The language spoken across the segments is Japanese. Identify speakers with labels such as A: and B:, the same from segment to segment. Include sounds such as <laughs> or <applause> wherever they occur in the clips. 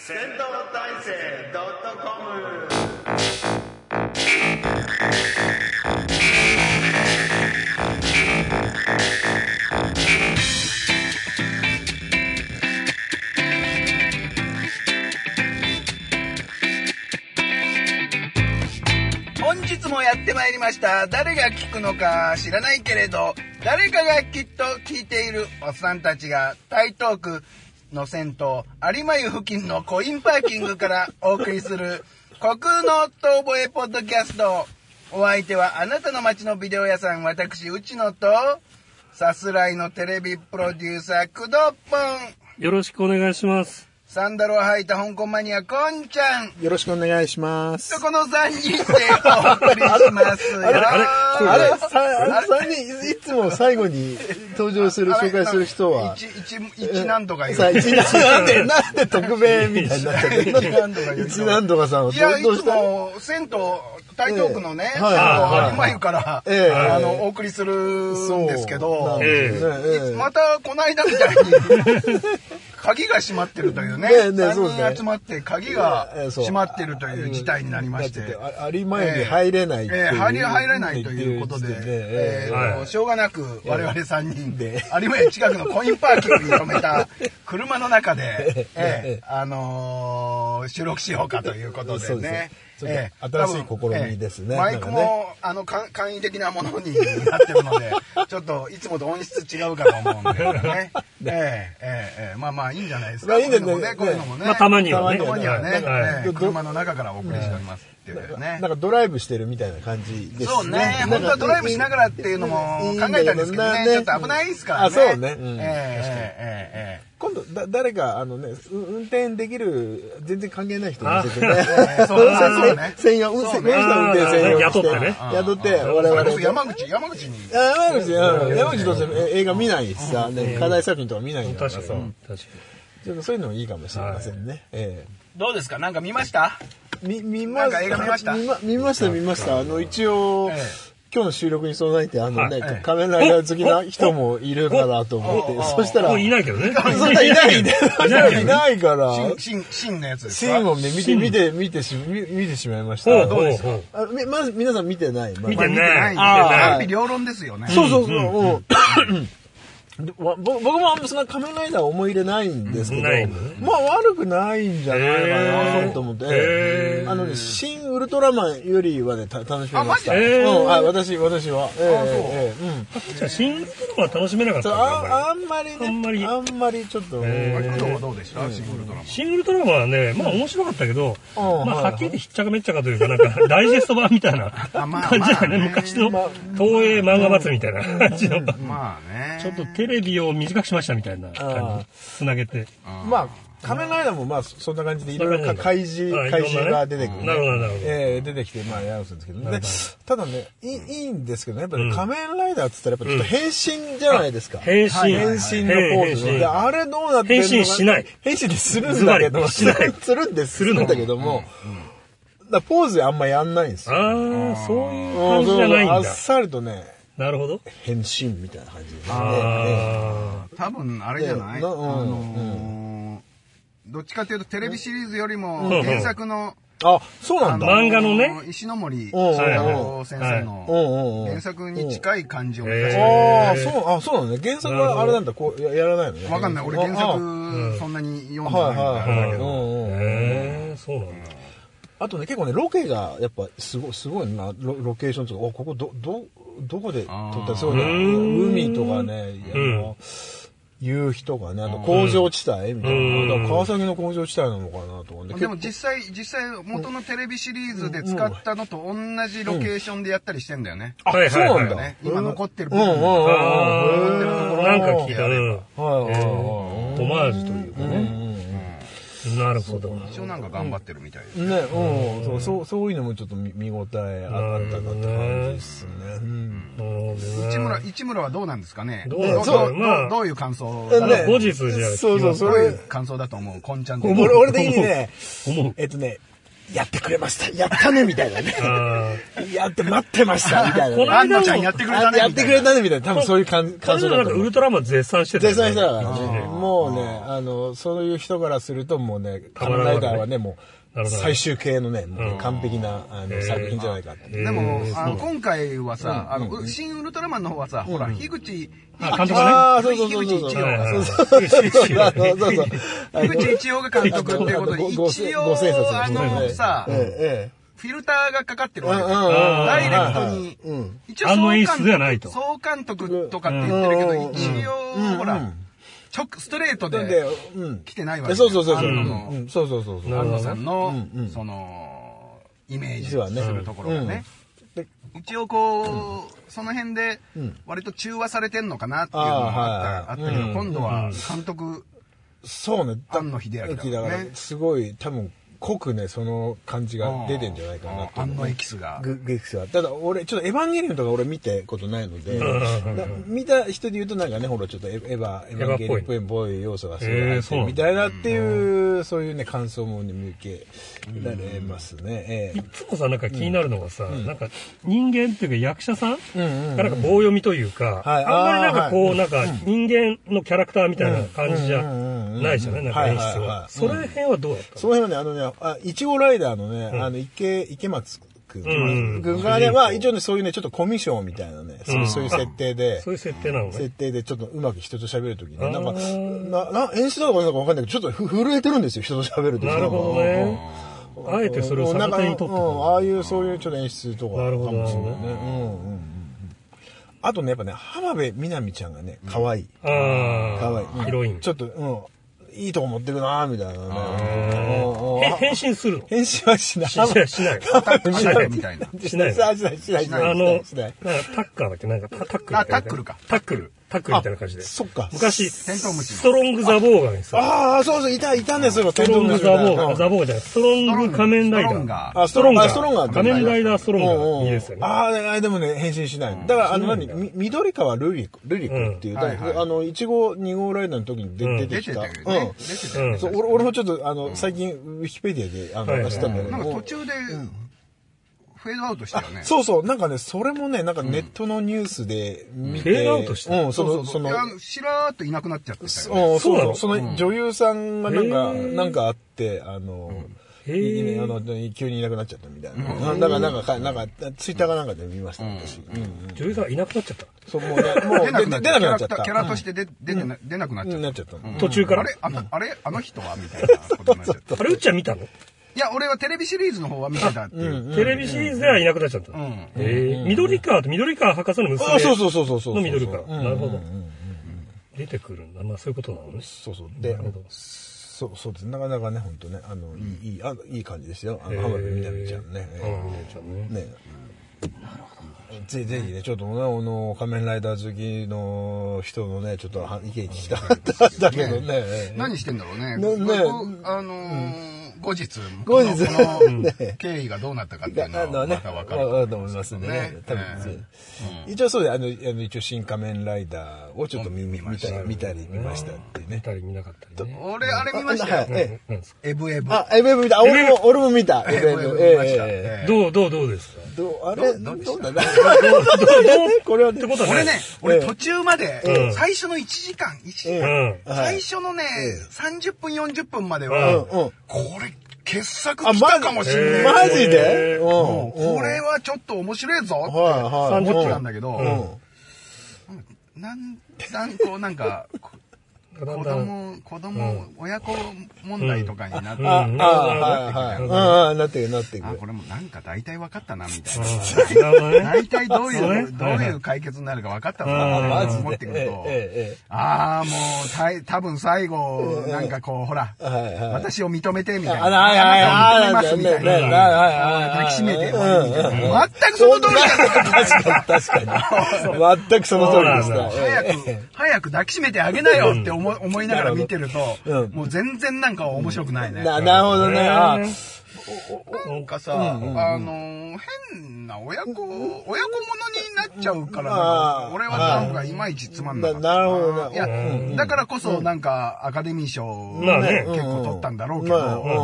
A: 先導大生ドットコム
B: 本日もやってまいりました誰が聞くのか知らないけれど誰かがきっと聞いているおっさんたちが台東区の銭湯有馬湯付近のコインパーキングからお送りする「虚空の遠吠えポッドキャスト」お相手はあなたの街のビデオ屋さん私内野とさすらいのテレビプロデューサー工藤ポン
C: よろしくお願いします。
B: サンダルを履いた香港マニアこんちゃん
D: よろしくお願いします。
B: とこの3人でお送りしますよ
D: あれ
C: あれ
D: あれ、さ、
B: あ
D: あ
B: れ
D: れ、三人、いいつも最後に登場する、紹介する人は、
B: <laughs> 一、一、一何度か言
D: さ、
B: う。
D: 一日なんで、なんで特命みたいになっちゃって
B: 一何度か言う
D: 一何度かさんは、
B: い
D: ど
B: や、いう
D: どう
B: つ
D: したの
B: も、銭湯、台東区のね、
D: ええ
B: 銭湯、
D: はいはい
B: 有馬湯から、
D: ええ
B: あの、お送りするんですけ
D: なん
B: ど、
D: です
C: え
D: ええ
B: また、この間みたいに、鍵が閉まってるというね、
D: ねえねえそうですね
B: 3人集まって、鍵が
D: ええそう
B: 閉まってるという事態になりまして、
D: だってあ有馬より入れないっていう
B: ええ入り入れないということで、
D: 言ってる時
B: え
D: 点でええ
B: え
C: はい
B: しょうがなく我々3人で
D: で、
B: 有馬駅近くのコインパーキングに止めた車の中で、
D: ええ
B: ええあのー収録しようかということで
D: そうです
B: ね
D: ね。ちょっと新しい試みですね
B: 多分ええマイクも、
D: なんか
B: あのか簡易的なものになってるので、 <laughs> ちょっといつもと音質違うかと思うん
D: <laughs>
B: でね。ええええええまあまあいいんじゃないですか。
D: まあいいんだよね
B: こういうのもね。こういうのもね
C: まあたまにはね
B: たまにはね。
D: たまにはね
B: ええ車の中からお送りしておりますっていうね
D: なん。かドライブしてるみたいな感じですね。
B: そうね。
D: なん
B: 本当
D: か
B: はドライブしながらっていうのも考えたんですけどね。ちょっと危ないですからね。
D: あ、そうね。うん
B: えええ
D: 今度だ誰かあのねう運転できる全然関係ない人にせてね
B: あそう
D: 運転
B: そうね
D: 専用運転
B: そう
D: 専
B: ね
D: 用の運転専用に
C: 雇
D: して
C: ってね
D: 雇って我
B: えええ。
D: 々
B: それこそ山口、山口に。
D: あ山口うん山口どうせえ映画見ないしさ、ね、課題作品とか見ないからさ
C: 確かに。確か
D: ちょっとそういうのもいいかもしれませんね、え
B: どうですかなんか見ました
D: えみ見
B: な
D: ま
B: んか映画見ました
D: 見ま見ました見ましたあの一応、
B: ええ
D: 今日の収録に備えてあのね、
B: はい
D: 仮面ライダー好きな人もいるかなと思って、
B: おおお
D: そした
C: に。
D: ら
C: もういないけどね。
D: そんないないんだ
C: いないけ
D: よ
C: どね。
D: いないから
B: 新、新、新のやつです
D: シ
B: か
D: ーンをね、見て、見て、見てし、見見てしまいまし
C: ほう
D: た。
C: ほうほう。
D: あみまず、皆さん見てない。まあ
C: 見て
B: 見てないん
C: ない。見て
B: で。
C: な
B: 賛
C: い。
B: 否両論ですよね。
D: そうそうそう。もう <coughs> でわぼ僕もあんまそんな仮面ライダー思い入れないんですけど
C: ないの、
D: まあ悪くないんじゃないか
C: へー
D: なと思って
C: へ、ー
D: あのね、新ウルトラマンよりはね、た楽しめました。
B: あ
C: マジで
D: うんあ、私、私は。え
B: あそう
D: えええうん
C: じゃあ、新ウルトラマンは楽しめなかっ
D: そ
C: た
D: うん
C: だあんまり
D: ああんまりね、
C: あんまり
D: あんまりちょっと。
C: へ
B: 工藤はどうでしたシングルドラマ。
C: シングルトラマンはね、まあ面白かったけど、ま
D: ん
C: あ
D: はい
C: はっきり言ってひっちゃかめっちゃかというか、なん
D: <laughs>
C: かダイジェスト版みたいな
B: あまあ
C: 感じだよね。
B: まあね
C: 昔の東映漫画祭りみたいな感じの。
B: まあね。
C: ちょっとテレビを短くしましたみたいな感じ。つなげて。
D: まあ、仮面ライダーもまあ、そそんな感じで、いろいろか怪
C: あ
D: 獣、
C: い
D: 怪
C: ろんなね
D: 獣が出てくる、ね。
C: なるほどなるほど
D: えー出てきて、まあ、やるんですけどね。でただね、いいいいんですけどね、やっぱり、
C: うん
D: 仮面ライダーっつったら、やっぱりちょっと変身じゃないですか。
C: 変身。
D: 変身のポーズ
C: 変
D: ね。
C: 身
D: で、あれどうなってんのか
C: 変身しない
D: 変身でするんだけ
C: ズバ
D: ど、
C: リしない
D: するん <laughs> です。
C: するの
D: んだけども、だからポーズあんまやんないんですよ。
C: ああ、そういう感じじゃない
D: あ
C: ん
D: っ
C: だ。
D: さりとね、
C: なるほど。
D: 変身みたいな感じですね。
C: あ
B: 多分あれじゃない、
D: ねな
B: あ
D: うん
B: のーどっちかというとテレビシリーズよりも
C: うん
B: 原作の、
D: あ、そうなんだ。
B: あ
C: 漫画のね
B: 石ノ森
D: うん
B: 章太郎先生
D: うん
B: の
D: うんうん
B: 原作に近い感じを出
C: へ
B: し
C: ー
D: ああ、そう、あそうなのね。原作はあれなんだ、こう、ややらないのね。
B: わかんない。俺原
D: ああ
B: 作そんなに読んでない
D: は
B: ん
D: い
B: だ
D: はい
B: あれ
D: は
B: だ
D: い。
B: け
D: う
B: ど。
D: ん
C: あ。
D: うん
C: へえ、そうなんだ。
D: あとね、結構ね、ロケが、やっぱ、すごい、すごいな、ロロケーションとか、お、ここ、ど、ど、どこで撮ったり、そうね、海とかね、あの、夕日とかね、あと工場地帯みたいな。だから川崎の工場地帯なのかなと思うんで、
B: で
D: 結
B: も
D: 構、
B: 実際、実際元のテレビシリーズで使ったのと同じロケーションでやったりしてんだよね。
C: はい
D: そうなん
C: はいはい
D: だ
B: ね。今残ってる部
D: うんうん
B: 分。
D: うんうん。
C: ああ、なんか聞いた
D: ね。
C: ね。
D: はいはいはい。
C: オマージュというかね。なるほど。
B: 一応なんか頑張ってるみたいです。
D: ね、うん、そう、そう、そういうのもちょっと見見応えあったなって感じですね。うん。
C: なるほどね
B: 市村、市村はどうなんですかね
C: ど
B: ど
C: う
B: う
C: なん
B: ど
C: だ
B: う
C: ろうま
B: ど
C: あ
B: うどういう感想
D: え
B: だ
C: あ
D: ね
C: の後日じゃあ聞きます
D: そうそう、そ
B: どうい
D: れ
B: う、感想だと思うこんちゃん的に
D: 俺、俺的にね
C: 思う、
D: えっとね、やってくれました。やったね、みたいなね。やって、待ってました、みたいな、
C: こ
D: ね。
C: の間
B: アンナちゃんやってくれたね。
D: やってくれたね、みたいな。多分そういう感感
C: 彼
D: 想
C: 女な
D: だっ
C: んか
D: たと
C: ウ
D: 思う。
C: ルトラマン絶賛してたよ
D: 絶
C: ね
D: 賛したからね。もうね、あの、そういう人からするともうね、仮面ライダーはね、も
C: な
D: う、
C: るほど
D: 最終形のね、もうね
C: うん
D: 完璧なあの作品じゃないかって。
C: えー
B: でも
C: そう、
B: あの今回はさ、あの、新ウルトラマンの方はさ、ほら、樋口、
C: あ監督ね。
D: ああ、そうそうそうそ
B: 樋
D: う。
B: 口一
D: そ
B: 葉
C: が
D: うそうそうそう。あのそうそう。あの
B: 樋口一葉が監督っていうことで、
D: ごご
B: 一
D: ご千冊
B: 応、あの、さ
D: え、え
B: フィルターがかかってるわけ
D: うんうんうん
B: ダイレクトに
D: うんうん。
B: 一
C: あの
B: 総
C: 演
B: 監
C: 出ではないと
B: 総監督とかって言ってるけど、
D: うん
B: 一応、ほ
D: う
B: ら
D: ん、
B: 直、ストレート
D: ええ。
B: で、
D: でうん。
B: 来てないわ
D: え
B: け
D: そうそうそうそう。う
B: あ
D: ん
B: の
D: うんそうそうそうそう。
B: 安
C: なるほ
B: 野
C: ど
B: さ
C: ね
B: んの
D: うんうん、
B: その、イメージす
D: 実はね
B: るところがね。
D: で
B: 一応こう、その辺で
D: ん、
B: 割と中和されてんのかなっていうのもあった、あ
D: あーはい
B: ったけど、
C: うん
B: 今度は監督、
D: そうね。
B: 庵野秀明だからね
D: だから、すごい、多分、濃くね、その感じが出てんじゃないかなと
B: あ
D: 思う。
B: のエキスが。
D: ググリクスは。ただ俺、ちょっとエヴァンゲリオンとか俺見てことないので、
C: ん
D: だ見た人で言うとなんかね、ほらちょっとエヴァ、エヴァンゲリオンっぽいぽい要素がすごい入
C: えー
D: って
C: そうな
D: る
C: んだ
D: みたいなっていう、そういうね、感想もね見受けられますね。え
C: い
D: え
C: つもさ、なんか気になるのがさ、なんか人間っていうか役者さん
D: んうんうん
C: がなんか棒読みというか、
D: はい
C: あんまりなん
D: あ
C: か
D: ー
C: こう、なんか人間のキャラクターみたいな感じじゃ
D: うんうんうんうん
C: ないじゃないなんか演出
D: はいはいはい
C: は
D: う。ん
C: その辺はどうだった
D: その辺はね、あのね、あ、いちごライダーのね、あの、池、池松くん。
C: うん
D: くんがね、まあ一応ね、そういうね、ちょっとコミッションみたいなね、そう
C: うん
D: そういう設定で。
C: そういう設定なの
D: 設
C: ね。
D: 定でちょっとうまく人と喋るときに、
C: あー
D: なんか、な、な、演出なのかなんかわかんないけど、ちょっとふ震えてるんですよ、人と喋るとき
C: なるほどね。あえてそれを逆手に取ってた
D: うんああいうそういうちょっと演出とか
C: なるほど
D: かもしれないねうんうんうんうんあとねやっぱね浜辺美波ちゃんがね可愛い
C: あ
D: 可愛い
C: あ、ヒロイン。
D: ちょっとうんいいとこ持ってるなーみたいなねうんうん
C: <laughs> へ変身するの
D: 変身はしない
C: しないしない。
D: 浜辺美波
B: みたいな。
C: しない
D: しないしないしないし
C: あ
D: ない
C: の、なんか
D: しない
C: タッカーだっけなんかタタックルだっけ
B: あタックルか。
C: タックル。タックルみたいな感じで。
D: そっか
C: 昔、
B: テントウムシ
C: ストロングザボーガーにさ、
D: ああそうそういたいたねそういえば
C: ストロングザボーガー、ザ
D: ボ
C: ボーガーじゃない、ストロング仮面ライダ
B: ストロンガ
C: ー。
D: ーあストロンガー
C: スト
D: ストロンガー
C: 仮面ライダーストロンガーいいですよね。
D: あーあー、でもね、変身しない。だから、あの、何、み緑川ルリコ、ルリコっていう、
B: うん
D: だから
B: はいは
D: あの、1号、2号ライダーの時に出,、
C: うん
D: 出
B: 出
D: てき
B: て
D: た。
B: たよね。
D: うん
B: 出てたよね
C: うん
D: そう俺俺もちょっとあの、最近ウィキペディアであの、
C: はいはい
D: 出したんだけど
B: なんか
D: も
B: 途中
D: う
B: で、フェードアウトしたよね。
D: そうそうなんかねそれもねなんかネットのニュースで見て、
C: フェードアウトした
D: うんそのその
B: いやしらーっといなくなっちゃってたよね。
D: う
C: そ
D: ん、そうう
C: な
D: な
C: の
D: のその女優さんがなんか、
C: へー
D: なんかあって、あの、
C: へ
D: い
C: ー
D: いねあの急にいなくなっちゃったみたいな。なんだから、なんかか、なんか、ツイッターかなんかで見ました、私。うん。
C: 女優さんがいなくなっちゃった。
D: そう、もうね、もう
B: 出なくな
D: で
B: っ
D: 出なくなっ
B: ち
D: ち
B: ゃ
D: ゃ
B: っ。
D: ったた。
B: キャラとして出出てな出なくなっち
D: う
B: ゃ
D: ん
B: っ。
D: なったちゃったの。
C: 途中から。
B: あれあのあれあの人はみたいなことになっちゃった。
C: あれ、うっちゃん見たの
B: いや、俺はテレビシリーズの方は見てたっていう。
C: テレビシリーズではいなくなっちゃった。
B: ん
C: へえ緑川と緑川博士の娘
D: あ、そうそうそうそうそう。
C: の緑川。
D: うん
C: なるほど。出てくるんだ。まあそういうことなのね。
D: そうそう。
C: な
D: で
C: るほど、
D: そう、そうです。なかなかね、本当ね、あの、いい、いい、あいい感じですよ。あ
C: へー
D: の、浜辺美波ちゃんね。
C: 浜辺美波ちゃんね。
D: ね。ぜぜひね、ちょっとね、あの、仮面ライダー好きの人のね、ちょっとは意見聞きたかったんだけどね。
B: 何してんだろうね。
D: ね
B: こ
D: ね
B: こあのー後日、
D: 後日
B: このこの
D: ね
B: 経緯がどうなったかっていう
D: あ
B: のは
D: <laughs> のね
B: ま、た
D: わ
B: わ
D: か
B: か
D: る
B: る。
D: と思いますんでね
B: ね。
D: 多分
B: ね
D: 一応そうで、あの、あの一応、新仮面ライダーをちょっと見見見たり、見たり、見ましたっていう
C: 見
D: ね。
C: たり見なかったりね。
B: 俺、あれ見ました
D: あ
B: よ。
D: はいええ
C: なんですか
B: エブエブ。
D: あ、エブエブ見た。あ俺も、俺も見た。エブエ
B: エブエ
D: ブ。
B: ブ見ました
D: えええ
B: え
D: え
B: え
C: どう、どう、どうですか
D: ええどう、あれ、ど
B: どうで
D: う
B: し
D: だな。
C: これはってことは
B: 俺ね、俺
D: ええ
B: 途中まで
C: うん、
B: 最初の1時間、1時間、
C: ね。
B: 最初のね、30分、40分まで
C: う
B: は、
D: うんうん。
B: これ、傑作
D: あ、
B: 来
D: マ
B: た
D: ジ
B: かもしん
C: マ
B: ね
D: マジ
C: ええ
D: でう
B: え。
D: ん。はい
B: これはちょっと面白いぞって
D: はい。
C: 30
B: 思って
C: 分
B: たんだけど、
C: うん
B: なん、なん、こうなんか、
C: <laughs>
B: こ
C: うん。だん
B: 子
C: だん。
B: 供、子供、親子問題とかになって、
C: うん
D: あ、あ、
C: うん
D: はい、はい。うんうん、なってる、なってる。
B: あ、これもなんか大体分かったな、みたい
C: うんなるほどね
B: な。大体どう
C: そう
B: い
C: ね
B: う、どういう解決になるか分かった
C: うん
B: な、
D: マ
B: って
D: ジ
B: 思っ
D: で
B: て。くると、
D: ええ、え
B: ああ、もう、たい、多分最後、なんかこう、ほら、
D: え、ええ。はい、はい。
B: 私を認めて、みたい
D: あ
B: な。
D: あはいはいはい
B: あなたを認めます、みたいな。抱きしめて、みたいな全くその通りだった
D: 確かに、確かに。全くその通りでし
B: 早
D: た。
B: く、早早く抱きしめてあげなよって思,、思いながら見てると、
D: うん
B: もう全然なんか面白くないね。
D: ななるほどね。あ
B: なんかさ、あのー変な親子、親子ものになっちゃうからな
D: あー
B: 俺はなんかいまいちつまんなかった。
D: ななるほどね
B: いや、
D: うん
B: だからこそなんかアカデミー賞をね、
C: まあね
B: 結構取ったんだろうけど、
D: まあうんうんうん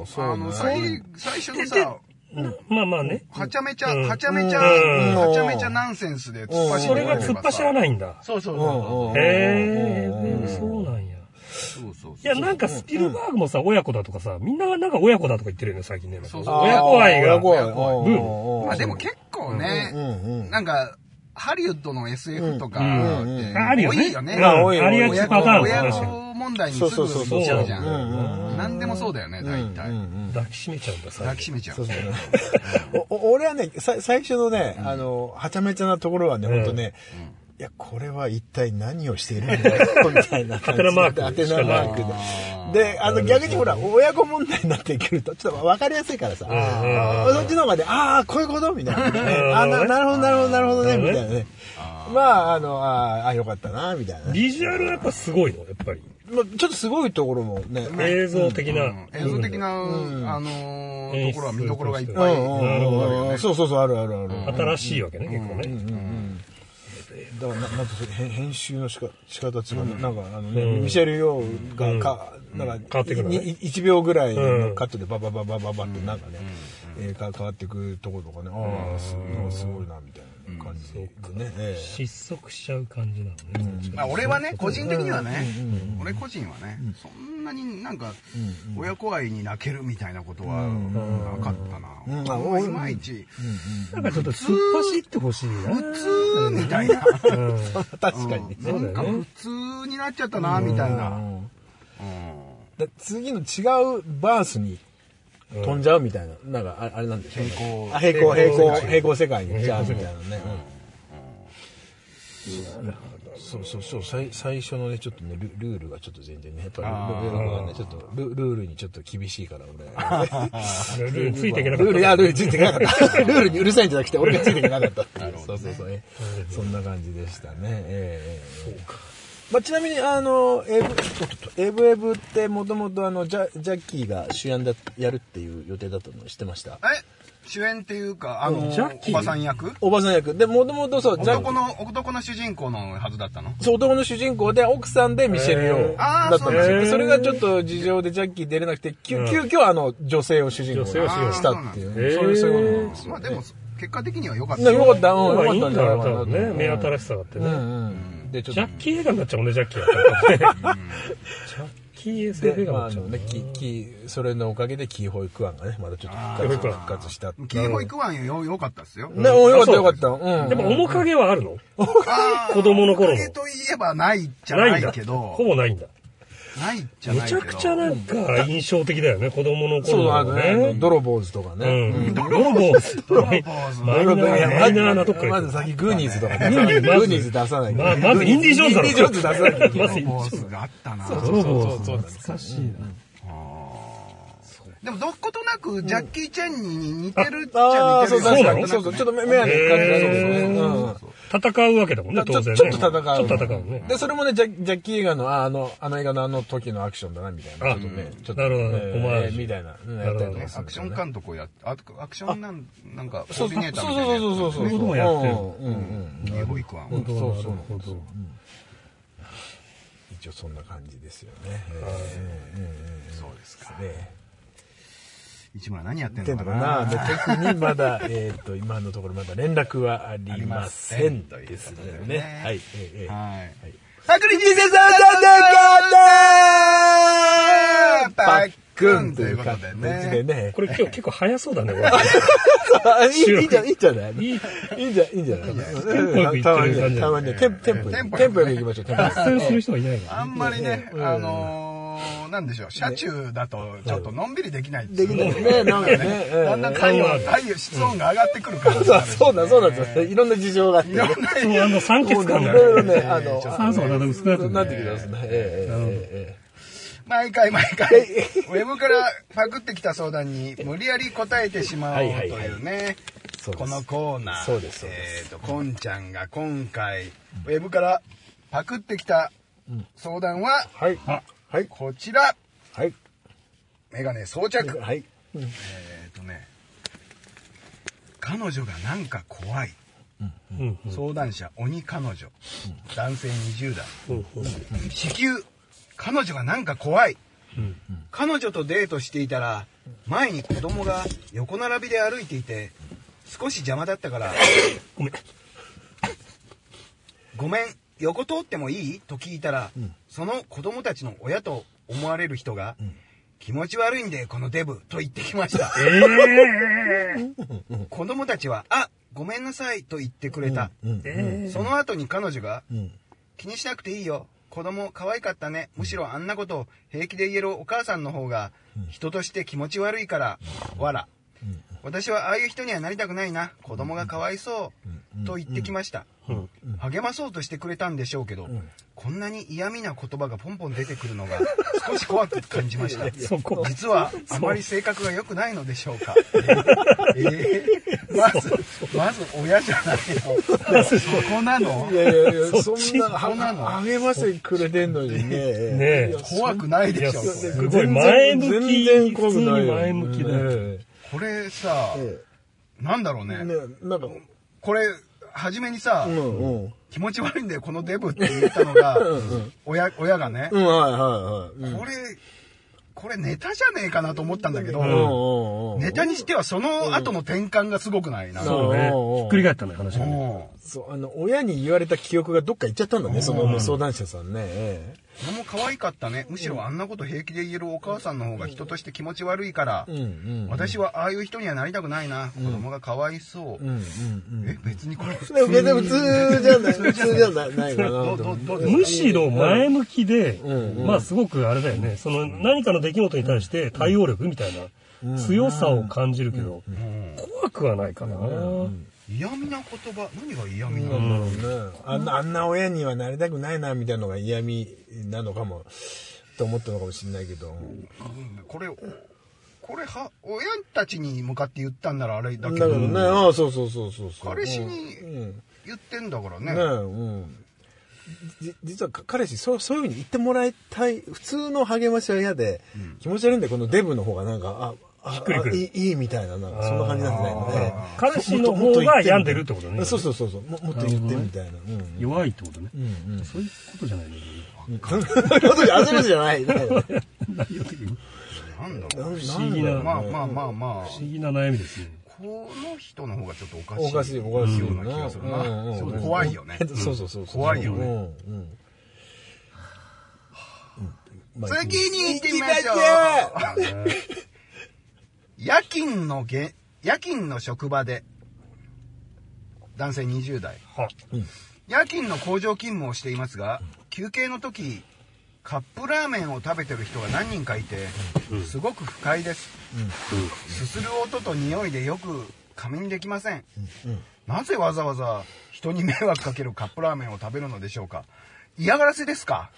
D: うんそう
B: あ
D: ね
B: の、最、最初のさ、
C: まあまあね。
B: はちゃめちゃ、
C: うん
B: はちゃめちゃ、
C: うん
B: はちゃめちゃナンセンスで突っ走
C: そ
B: って
C: れが
B: くれ
C: 突っ
B: ばさ
C: 走らないんだ。
B: そうそう
D: うんうん
B: そ
D: うん
C: へえ、
D: うんうん
C: そうなんや。
B: う。そうそう
C: いや、なんかスピルバーグもさ、親子だとかさ、みんななんか親子だとか言ってるよね、最近ね。
B: そうそう
C: 親子愛が。
D: 親子愛。
C: ブーム
B: まあでも結構ね、
D: うんうん
B: なんか、ハリウッドの SF とかって、
C: うん
D: うんうん
C: あるよ
B: 多
C: ね。
B: いよね。
C: うんあ
D: 多いよ
C: りが
B: 親子
C: ちパターン
B: 親
C: だ確かに。
B: 子問題にす
D: そ
B: ぐ
D: うそうそうそう
B: 見ちゃうじゃ
C: うん
D: うん
B: ん。何でもそうだよね、大体。
C: 抱きしめちゃうんだ、
B: 抱
C: 最
B: き
C: 近。
B: しめちゃう。
D: そうそうお <laughs> お俺はね、さ最初のね、あの、はちゃめちゃなところはね、
C: ん
D: ほんとね、いや、これは一体何をしているんだろう、 <laughs> みたいな感
C: ハテ
D: じで。
C: ナマーク
D: ハテナマークで。で、あの、逆にほら、親子問題になってくると、ちょっと分かりやすいからさ、そっちの方がね、ああ、こういうことみたいなね。あななるほど、なるほど、なるほどね、みたいなね。まあ、あの、あーあー、よかったな、みたいなね。
C: ビジュアルはやっぱすごいの、やっぱり。
D: まあ、ちょっとすごいところもね。
C: 映像的な。
B: うん映像的な、あのー
C: 演出
B: ところは見どころがいっ
D: うん
B: ぱい。
D: うんうんうんうんそうそうそう、あるあるある。
C: 新しいわけね、結構ね。
D: だからななんかそれ編編集のしか仕方違う、なんかあのね、ミシェル・ヨーがか、なんか
C: 変わってくるね
D: いい1秒ぐらいのカットでババババババってなんかね、えーか変わってくるところとかね、ああすなんかすごいなみたいな感じでね、ええ
C: 失速しちゃう感じなのね。
B: まあ俺はね、個人的にはね、俺個人はね、そんなになんか、親子愛に泣けるみたいなことはなかった
D: んあ
B: な。
D: 俺
B: いまいち、
C: なんかちょっと突っ走ってほしいな。
B: 普通みたいな。
D: <laughs> 確かにね、
B: なんか普通になっちゃったな、みたいな。
D: だ次の違うバースに飛んじゃうみたいな、なんかああれなんでしょうねあ平行平行平行世界に行っちゃうみたいなね、うんそうそうそう最最初のねちょっとねルルールがちょっと全然ねやっぱりルルールがねちょっとルルールにちょっと厳しいから <laughs> 俺
C: ルールついていけなか
D: ル
C: っ
D: ール
C: た。
D: いやルールについていけなかったルールにうるさいんじゃなくて俺がついていけなかったっていう、そうそうそうねそんな感じでしたねええええええまあ、ちなみに、あの、エブ、おっとっとエブエブってもともとあの、ジャ、ジャッキーが主演だ、やるっていう予定だったの知ってました
B: え主演っていうか、あの、
C: ジャッキ
B: お
C: ー
B: ばさん役
D: おばさん役。で、もともとそう、ジャ
B: 男の、男の主人公のはずだったの
D: そう、男の主人公で奥さんでミシェル・ヨー
B: あー
D: だった
C: そう
D: んですよ。
C: なんだ
D: でそれがちょっと事情でジャッキー出れなくて、急、急遽あの、女性を主人公に
C: 女性を主人公に
D: したっていう
C: へー
D: ね。そういう、そういうことなんですよ。
B: まあでも、結果的には良かった
D: なよかった、
C: ま
D: うん、
C: あい
D: よ
C: い
D: かった
C: ん
D: ん
C: だろ
D: だよ
C: う、
D: か
C: 多
D: った
C: 分ね。目新しさがあって
D: う
C: ね。
D: んうん。で、ちょっ
C: ジ
D: と
C: ャ。ッキー映画になっちゃうもんね、ジャッキーは。ジャッキー SF 映画に
D: で、まあ、
C: なっ
D: あ
C: ちゃ
D: の
C: う。
D: ね、キキそれのおかげでキーホイクワンがね、まだちょっと
C: ー
D: 復活復活したっていう。
B: キーホイクワンよ、良かったっすよ。
D: ね、およかった
C: あ
D: よかった。うん。
C: でも面影はあるの
B: あー
C: 子供の頃の
B: 影といえばないじゃ
C: な
B: ない
C: ん
B: い
C: だ。
B: け
C: ほ
B: ど、
C: ぼないんだ。
B: ないじゃ
C: め
B: ない
C: ち
B: け
C: ゃ
B: ど。
C: くちゃなんか印象的だよね、子供の
D: そうあ
C: 頃
D: の
C: の
D: ね
C: ね、。
D: 泥坊主とか
C: う
D: ね。
C: ん。泥棒
B: 泥棒ズ
C: マイナー、マイナーなとこから行
D: ま
C: く。
D: ず先グーニーズとかね。
C: グー
D: グ
C: ニーズ
D: ーニーズ出さないと
C: まあまずインディ・ジョーンズだろ
D: インディ・ジョーンズ出さないと。
C: まずインディ・ジョー
B: ポ
C: ンズ
B: ーズがあったな。
C: 泥棒懐かしいな。
B: でも、どことなく、ジャッキー・チェンに似てるっちゃ
D: ああ、
B: 似て
D: そう
B: るよ
D: そ
C: なの
D: うそう。そうそう。ちょっと目目はね、感じがそうですね。うん。
C: 戦うわけだもんね、
D: ち
C: 当
D: ょ
C: 然ね。
D: ちょっと戦う。
C: ちょっと戦うね。
D: で、それもね、ジャジャッキー映画の、ああの、あの映画のあの時のアクションだな、みたいな。
C: あ
D: ちょっとね、ちょっと。
C: なるほどね
D: え
C: オマー
D: ー
C: ジュ
D: みたいな。うんやったりとかす
B: ア
D: るん
B: ク
D: です
B: シ
D: よ
B: ョ
D: ね
B: ン監督をやっあとアクションなん、なんか、コ
D: そ
B: ー
D: う
B: ディネ
D: そう
B: ーターみたいなやつ。
D: そうそうそう。
C: そういうこともやってる
D: うんうんうん。
B: キーホイクワン
C: な
B: は。
C: るほど。
D: 一応そんな感じですよね。そうですか。ね。
B: 市村何やってん
D: て
B: の
D: ん
B: か
D: の
B: な
D: かなで特にまだ、えっと、今のところまだ連絡はありませ
B: あり
D: ん
B: ません
D: です
B: ということ
D: よ
B: で
D: ね。
B: ね
D: はい。ええええ
B: はい。
D: 百人生さんだだ
B: パ
D: パ
B: ッ
D: ッ
B: ク
D: ク
B: ン
D: ン
B: とい
D: というう
B: こと
D: 形
B: でね
D: でね。
C: これ今日結構早そうだね、俺。
D: あ <laughs> いいいいんじゃないいいんじゃないい
C: いい
D: いんじゃないいいんじゃない
C: よく
D: う
C: いってる
D: んたま
C: 感
D: に
C: じ
D: たまにテンテンポ
B: テンポ
D: テンポよく行きましょう。テンポよく
C: 脱線する人はいないから。
B: あんまり
D: <laughs>
B: ね、あのー、なんでしょう、車中だと、ちょっとのんびりできない
D: できないね、なんかね。う
B: <laughs>
D: ん
B: だんだん太陽、太陽、室温が上がってくる感じになるし
D: そうだ、そうだ、そうだ。いろんな事情があって。いろんな
C: そう、あの、酸欠感
D: い
C: が
D: ろいろね、あの、
C: 酸素がだんだん薄くなってくる
D: なってきますね。ええ
B: 毎回毎回、ウェブからパクってきた相談に無理やり答えてしまおうというね
D: そうです。
B: このコーナー。
D: そうですそうです
B: えっと、こんちゃんが今回、ウェブからパクってきた相談は、
D: はい。はい。
B: こちら。
D: はい。
B: メガネ装着。
D: はい。
B: えっ、とね、彼女がなんか怖い。
C: うん。
B: 相談者、鬼彼女。男性20代。
C: うん。
B: 子宮彼女がなんか怖い、
C: ん
B: 彼女とデートしていたら前に子供が横並びで歩いていて少し邪魔だったから
C: ごめん。
B: 「ごめん横通ってもいい?」と聞いたら、その子供たちの親と思われる人が「気持ち悪いんでこのデブ」と言ってきました
C: ええ
B: 子供たちは「あごめんなさい」と言ってくれた、
D: うん。
C: え
B: その後に彼女が「
D: うん。
B: 気にしなくていいよ子供可愛かったねむしろあんなこと平気で言えるお母さんの方が人として気持ち悪いから、わら私はああいう人にはなりたくないな子供がかわいそうと言ってきました、
C: うん
B: 励まそうとしてくれたんでしょうけど、こんなに嫌味な言葉がポンポン出てくるのが少し怖く感じました
C: そこ
B: 実はあまり性格が良くないのでしょうかえーまずまず親じゃないのそこなの
D: いやいやいや、そ
C: そっ
D: ん
C: ち
D: な、
B: そんなの
D: は励ましてくれてんのにね。
C: ねえ
D: いや
B: 怖くないでしょ
C: いやそう
B: これ
C: すごい前向き
D: 全然怖くな
C: 普通
D: いよ。
C: に前向きだよ
D: ね
B: これさ、
D: え
B: なんだろうね
D: ねなんか、
B: これ初めにさ、
D: うんうん。
B: 気持ち悪いんだよこのデブって言ったの
D: <laughs>
B: が親親がね、
D: うん、はいはいはい。うん
B: これこれネタじゃねえかなと思ったんだけど、
D: うんうんうん。
B: ネタにしてはその後の転換がすごくないな、
D: そ
C: そうね
D: おーおー。
C: ひっくり返ったのよ、話がね。
B: も
D: そう、あの、親に言われた記憶がどっか行っちゃったんだね、その相談者さんね。え
B: う子供可愛かったねむしろあんなこと平気で言えるお母さんの方が人として気持ち悪いから、
D: えうんうん。
B: 私はああいう人にはなりたくないな子供がかわいそう、
D: うんうん
B: え別にこれ
D: うん。でも、普通じゃない、普通じゃないないかな
B: どう
D: と
B: ど
D: 思っ
B: う
D: て。
B: どうですか
C: むしろ前向きで
D: うんう、ん
C: まあすごくあれだよね、その何かの出来事に対して対応力みたいな強さを感じるけど、怖くはないかな。
B: 嫌味な言葉何が嫌味なの、
D: うんあんなあんな親にはなりたくないな、みたいなのが嫌味なのかも、と思ったのかもしれないけど。
B: これこれは親たちに向かって言ったんならあれだけ
D: だけ
B: ど
D: どね、ああ、そうそうそうそうそう。
B: 彼氏
D: う
B: に
D: ん。
B: 言ってんだからね
D: ねえ、うん。じ実はか彼氏そう、そういうふうに言ってもらいたい、普通の励ましは嫌で、気持ち悪いんで、このデブの方がなんか、あ、あ
C: っくりくる
D: あいい、いいみたいな、なんかそんな感じなんじゃないのね。
C: 彼氏の
D: もっとも
C: 方
D: っと言
C: が
D: ってみたい
C: 病んでるってことね。
D: そうそうそうそう、ももっと言ってみたいな。うん。
C: 弱いってことね。
D: うんうん。
C: そういうことじゃないの
D: そんなことじゃ、あそういうことじゃない。ないよね
B: なんだ
D: な
B: ろ
D: ん
B: う
C: 不思議な、
D: なんだろう
B: まあまあまあまあ
C: 不思議な悩みですね。
B: この人の方がちょっとおかしい
D: おかしい、おかしい
B: ような気がするな、
D: うんうん
B: そう怖いよね、
D: <laughs> そうそうそうそう。
B: 怖いよね
D: うんうん。うんまあ
B: 次に行ってみましょう夜勤のげ夜勤の職場で男性20代
C: は、
B: 夜勤の工場勤務をしていますが休憩の時カップラーメンを食べてる人が何人かいてすごく不快です、すする音と匂いでよく仮眠できません、なぜわざわざ人に迷惑かけるカップラーメンを食べるのでしょうか嫌がらせですか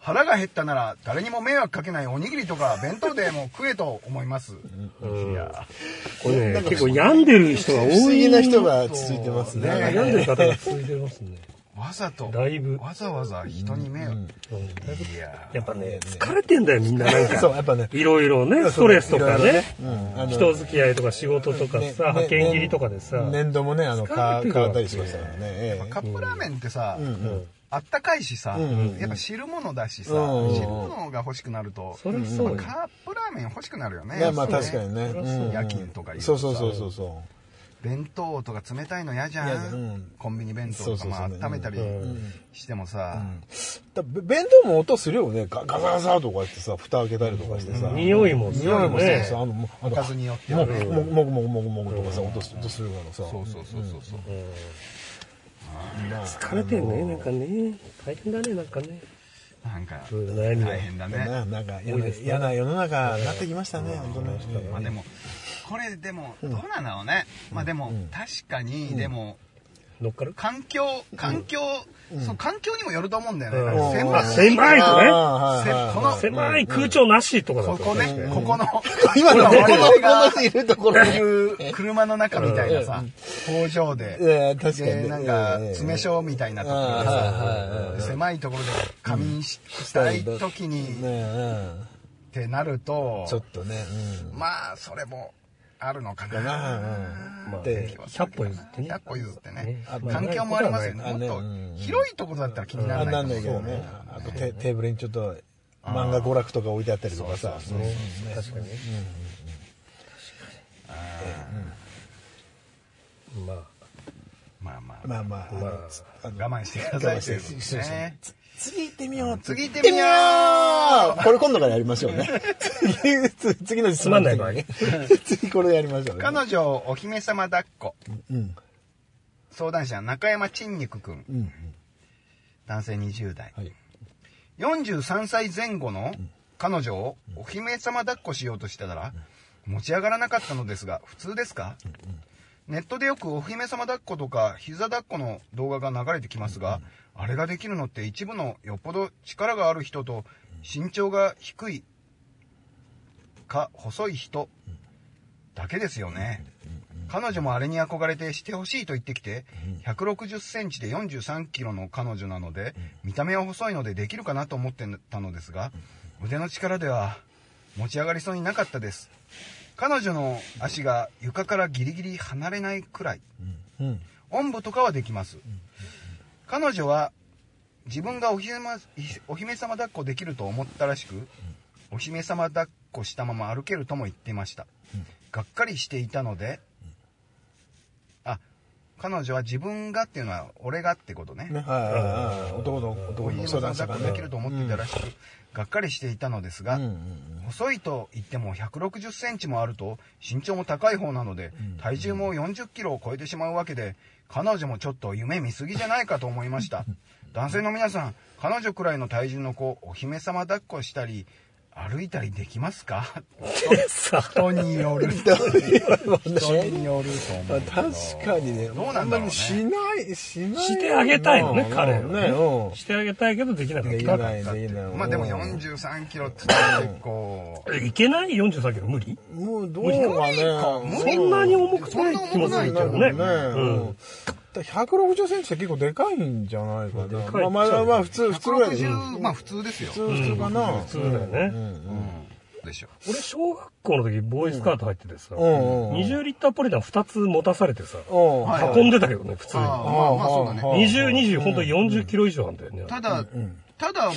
B: 腹が減ったなら誰にも迷惑かけないおにぎりとか弁当でも食えと思います、
C: うん
B: いや
C: これね、結構病んでる人が
D: 不思
C: 多
D: 議
C: い
D: な人が続いてますね。
B: ね
C: 病んでる方が続いてますね。
B: わざと
C: だいぶ
B: わざわざ人に迷惑、いや
C: やっぱね、疲れてんだよ、みんななん
D: そう、
C: か。
D: やっぱね。
C: いろいろね、ストレスとか
D: いろいろ
C: ね。
D: うんあの
C: 人付き合いとか仕事とか
D: ねね
C: さ、派遣切りとかでさ。
D: 年度もね、あの、か
C: 疲れて
D: 変
C: るわ
D: わったりしましたからね。ええ
B: カップラーメンってさ、
C: うん
B: あったかいしさ、
D: んうん
B: やっぱ汁物だしさ、
D: うんうんうん
B: 汁物が欲しくなると、
C: そりゃそうよ。
B: カップラーメン欲しくなるよね。
D: いや、まあ
B: そうね
D: 確かにね。うん
B: 夜勤とかいう
D: そうそうそうそうそ
B: 弁当とか冷たいの嫌じ
D: 嫌
B: ゃ
D: じゃ
B: ん。
D: んうん
B: コンビニ弁当とか、
D: そうそうそう
B: まあ温めたりしてもさ、
D: う。だ弁当も音するよね。ガガサガサとかってさ、蓋開けたりとかしてさ。
C: 匂いもする
D: 匂い
C: よ
D: もそう
C: ね。
D: そう、あの、もうあ
B: お
D: の
B: かずによっては
D: も
B: ね。
D: ぐもぐもぐもぐもぐもぐとかさ、音す音するからさ。
B: そうそうそうそうそう。
C: 疲れてんね、なんかね。大変だね、なんかね。
B: なんか
C: そういう悩みが
B: 大。変だね。
D: ね、なんか嫌
C: 多い
D: な
C: ですね
D: 嫌な世の中になってきましたね、本当ね。
B: まあでもこれでもどうなんだろうね。まあでも確かにでも
C: 乗っかる
B: 環境、環境、その環境にもよると思うんだよね。
C: うん
B: なんか
D: うん
B: 狭
C: あ、
B: い。
C: 狭い
D: あー
C: とね。
D: はいはいはい
B: せこの
C: 狭い空調なしとかだと
B: ここね、ここの、
D: 今の、こ
B: 俺
D: の、こ
B: が
D: のいるところ
B: い
D: に。
B: る車の中みたいなさ、工場で、
D: ええ確かにね。
B: で、なんか
D: ええ、
B: 詰め所みたいなところで
D: はいはいはい
B: さ
D: は、
B: で狭いところで仮眠ししたい時にっ
D: ねうん
B: てなると、
D: ちょっとね、
B: まあ、それもあるのか
D: うん。
B: な。
D: うんうん。
C: で
D: で、
C: 100歩譲ってね。
B: 100歩譲ってね
C: ね。
B: 環境もありますよね。
D: まあ
B: もっと
D: あねうん
B: 広いところだったら気になら
D: あん
B: な
D: ないん
B: と
D: だ
B: 思
D: け
B: う
D: どね。あとテテーブルにちょっと漫画娯楽とか置いてあったりとかさ。うんうん
C: 確かにね。うんまあ、
B: まあまあ。
D: まあまああの、
C: ま
D: つあの
B: 我慢してください
D: 我慢
B: っていうこと
D: し
B: で
D: て
B: すね。
D: つ次行ってみよう。
B: 次行ってみよう
D: うこれ今度からやりましょうね。次つ次の質問の時
C: つまんない
D: 次これやりましょうね。
B: 彼女をお姫様抱っこ。
D: うん。
B: 相談者、中山ちんにくくん
D: う。ん。
B: 男性20代。
D: はい。
B: 43歳前後の彼女をお姫様抱っこしようとしてたら、持ち上がらなかったのですが、普通ですかネットでよくお姫様抱っことか膝抱っこの動画が流れてきますが、あれができるのって一部のよっぽど力がある人と身長が低いか細い人だけですよね。彼女もあれに憧れてしてほしいと言ってきて、160センチで43キロの彼女なので、見た目は細いのでできるかなと思ってたのですが、腕の力では持ち上がりそうになかったです。彼女の足が床からギリギリ離れないくらい、
D: うん。
B: おんぶとかはできます。彼女は自分がお姫,、ま、お姫様抱っこできると思ったらしく、お姫様抱っこしたまま歩けるとも言ってました。がっかりしていたので、あ、彼女は自分がっていうのは俺がってことね。
D: ね、はいはいはいはい。男の
B: お
D: 男
B: 姫
D: の
B: 様
D: 相
B: 抱
D: 談者
B: っ
D: が
B: こ
D: ね
B: できると思っていたらしく、がっかりしていたのですが、
D: うんうん
B: 細いと言っても160センチもあると身長も高い方なので体重も40キロを超えてしまうわけで彼女もちょっと夢見すぎじゃないかと思いました男性の皆さん彼女くらいの体重の子お姫様抱っこしたり歩いたりできますか
C: さあ、
B: 人による人によると思うけど
D: 確かにね、
B: どうなんだろうね
D: あまりしない、しない。
C: <laughs> してあげたいのね、彼は
D: ね。うん
C: ね。してあげたいけどできなかっ
D: でき
C: た。
D: ない、できない。
B: まあでも
D: うん
B: 43キロって言ったら結構
C: いけない ?43 キロ無理
D: もうどうかね。
B: 無
C: そんなに重くない気もす
D: な
C: る
D: い
C: けど
D: もん
C: ね。
D: ね。
C: うん。
D: 160センチって結構でかいんじゃないかな。
C: かい
D: まあまあまあ普通、普通ぐらい。普
B: 160まあ普通ですよ
D: 通、普通かな。普
C: 通だよね
B: でしょ
C: 俺、小学校の時、ボーイスカート入っててさ、
D: うんうん
C: 20リッターポリタン2つ持たされてさ、
D: うん。
B: はい
C: 運んでたけどね、普通に。
B: ああまあまあそうだね
D: あ
C: 20、20、ほんと40キロ以上なんだよね。
B: ただ、ただ、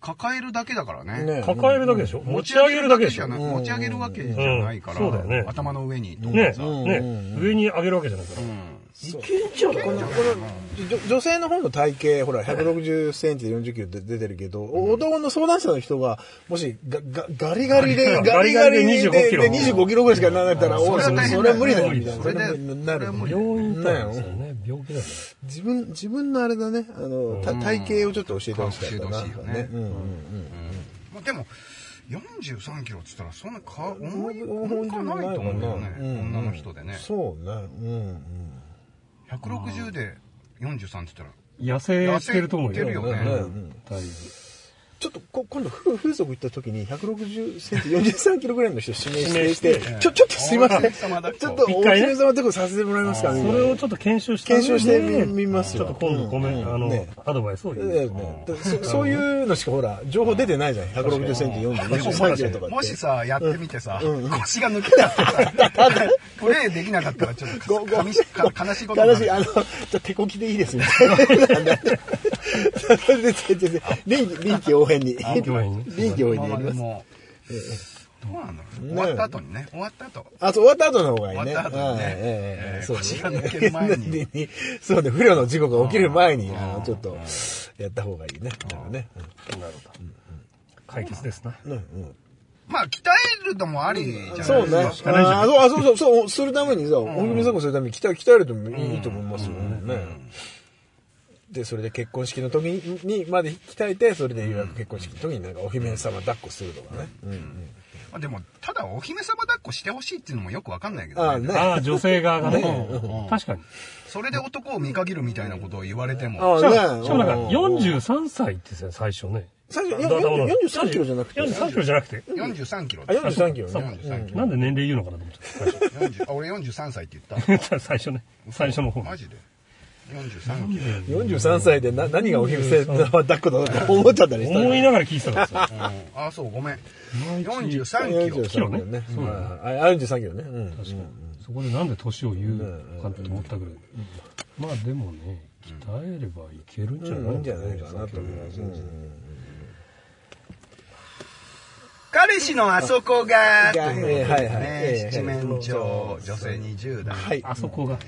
B: 抱えるだけだからね。
D: ね
C: 抱えるだけでしょ持ち上げるだけでし
B: じゃ
C: ょ
B: な
C: ね
B: い持ち上げるわけじゃないから、
C: うんそうだよね
B: 頭の上に。
C: ね
D: ん
C: 上に上げるわけじゃないから。
D: 女女性の方の体型、ほら、160センチで40キロで出てるけど、男の相談者の人が、もし、が、が、ガリガリで、ガ
C: ガ
D: リ
C: リ
D: ガ
C: ガ
D: リ
C: リ
D: で、
C: で
D: で
C: 25キロ
D: 25キロぐらいしかならなかったら、おい
B: そ
D: そ
B: れは大
D: れ
B: 変だ
D: それ
B: よ
D: は無理だよ、みたいな。
B: それで
D: な
B: それ
D: る
B: は無理
C: 病院とかですよ
D: ね
C: ね、病気だよね。
D: 自分、自分のあれだね、あの、た体型をちょっと教えてほしいかな。
B: 教えてほしいよね
D: ねうん
B: まあでも、43キロって言ったら、そんなか、
D: う
B: 重い、
D: ん。
B: 重くないと思うんだよね。
D: うん
B: 女の人でね。
D: そうね。うん。
B: 160で43って言ったら、
C: 痩せてると思う
B: 痩せてるよ
C: よ。
B: ね
D: うん
B: う
C: だいぶ
D: ちょっとこ今度風風俗行った時に160センチ43キロぐらいの人指名して
C: 指名して
D: ちょちょっとすいません
B: お姫様抱っこ
D: ちょっとお
C: 一回ね
D: 姫様とこさせてもらえますかね
C: それをちょっと検証して、
D: 検証してみみます
C: ちょ
D: よ
C: っと今度ごめん、あの
D: ね、
C: アドバイスを言
D: だよ
C: う。
D: ねだそそういうのしかほら情報出てないじゃん160センチ43キロとかって
B: もしさ、やってみてさ、腰が抜けたらさ、プレイできなかったら、ちょっと
D: ごご
B: かみしか悲しいことに
D: 悲
B: な
D: しい、
B: る。
D: あの、じゃあ手こきでいいですみたいな。それで、全然臨機、臨機応変に。臨
C: 機応変に
D: 機応変
B: ま
D: にや
B: ま
D: り
B: で
D: ます。
B: も、どうなんだろう。終わった後にね、終わった後。
D: あ、そう、終わった後の方がいいね。
B: 終わった後にね
D: はいええええ
B: ええ
D: そうね
B: 腰が抜ける
D: <laughs>
B: 前に
D: そうね、不慮の事故が起きる前に、あの、ちょっと、やった方がいいね。なんかね。
C: なるほど。解決ですな。
D: うんうん
B: まあ、鍛えるのもありじゃないですか。
D: そうね。あーあそうそうそう、そう、するためにさ、お姫様するために鍛え、鍛えるともいいと思いますよね。で、それで結婚式の時にまで鍛えて、それでようやく結婚式の時になんかお姫様抱っこするとかね。うんうん
B: まあでも、ただお姫様抱っこしてほしいっていうのもよくわかんないけ
D: あ
B: ど
D: あ、
B: ね。
D: ね。
C: ああ、女性側がね
B: ね。
C: 確かに。
B: それで男を見限るみたいなことを言われても。
D: あ
C: しかも、しかもなんか
D: うん
C: 43歳ってさ、最初ね。
D: 最初、
C: だだから
D: 43キロじゃなくて。
C: 43キロじゃなくて。
B: 43キロ。
D: あ、43キロ
C: そう
D: ね。
B: 43キ
C: なんで年齢言うのかなと思って最初
B: ロ。40あ、俺43歳って言っ
C: 最初ね。最初の方
B: た。。マジで。43キロ。
D: 43歳でな何がお姫様抱っこだと思っちゃったりした
C: 思いながら聞いてたからさ。
B: うんあ、そう、ごめん。
C: 毎日
B: 43キロ。
D: 43キロね。
C: キロね
D: うんあ43キロね。うん
C: そこでなんで年を言うかって思ったぐらい。まあでもね、鍛えればいけるんじゃ
D: うん。い
C: ないい
D: んじゃないかなと思います。うん
B: 彼氏のあそこが、と
D: が
B: いうことです
D: はいはい
B: ね。七面鳥、女性20代。
D: は
C: <laughs>
D: い。
C: あそこが。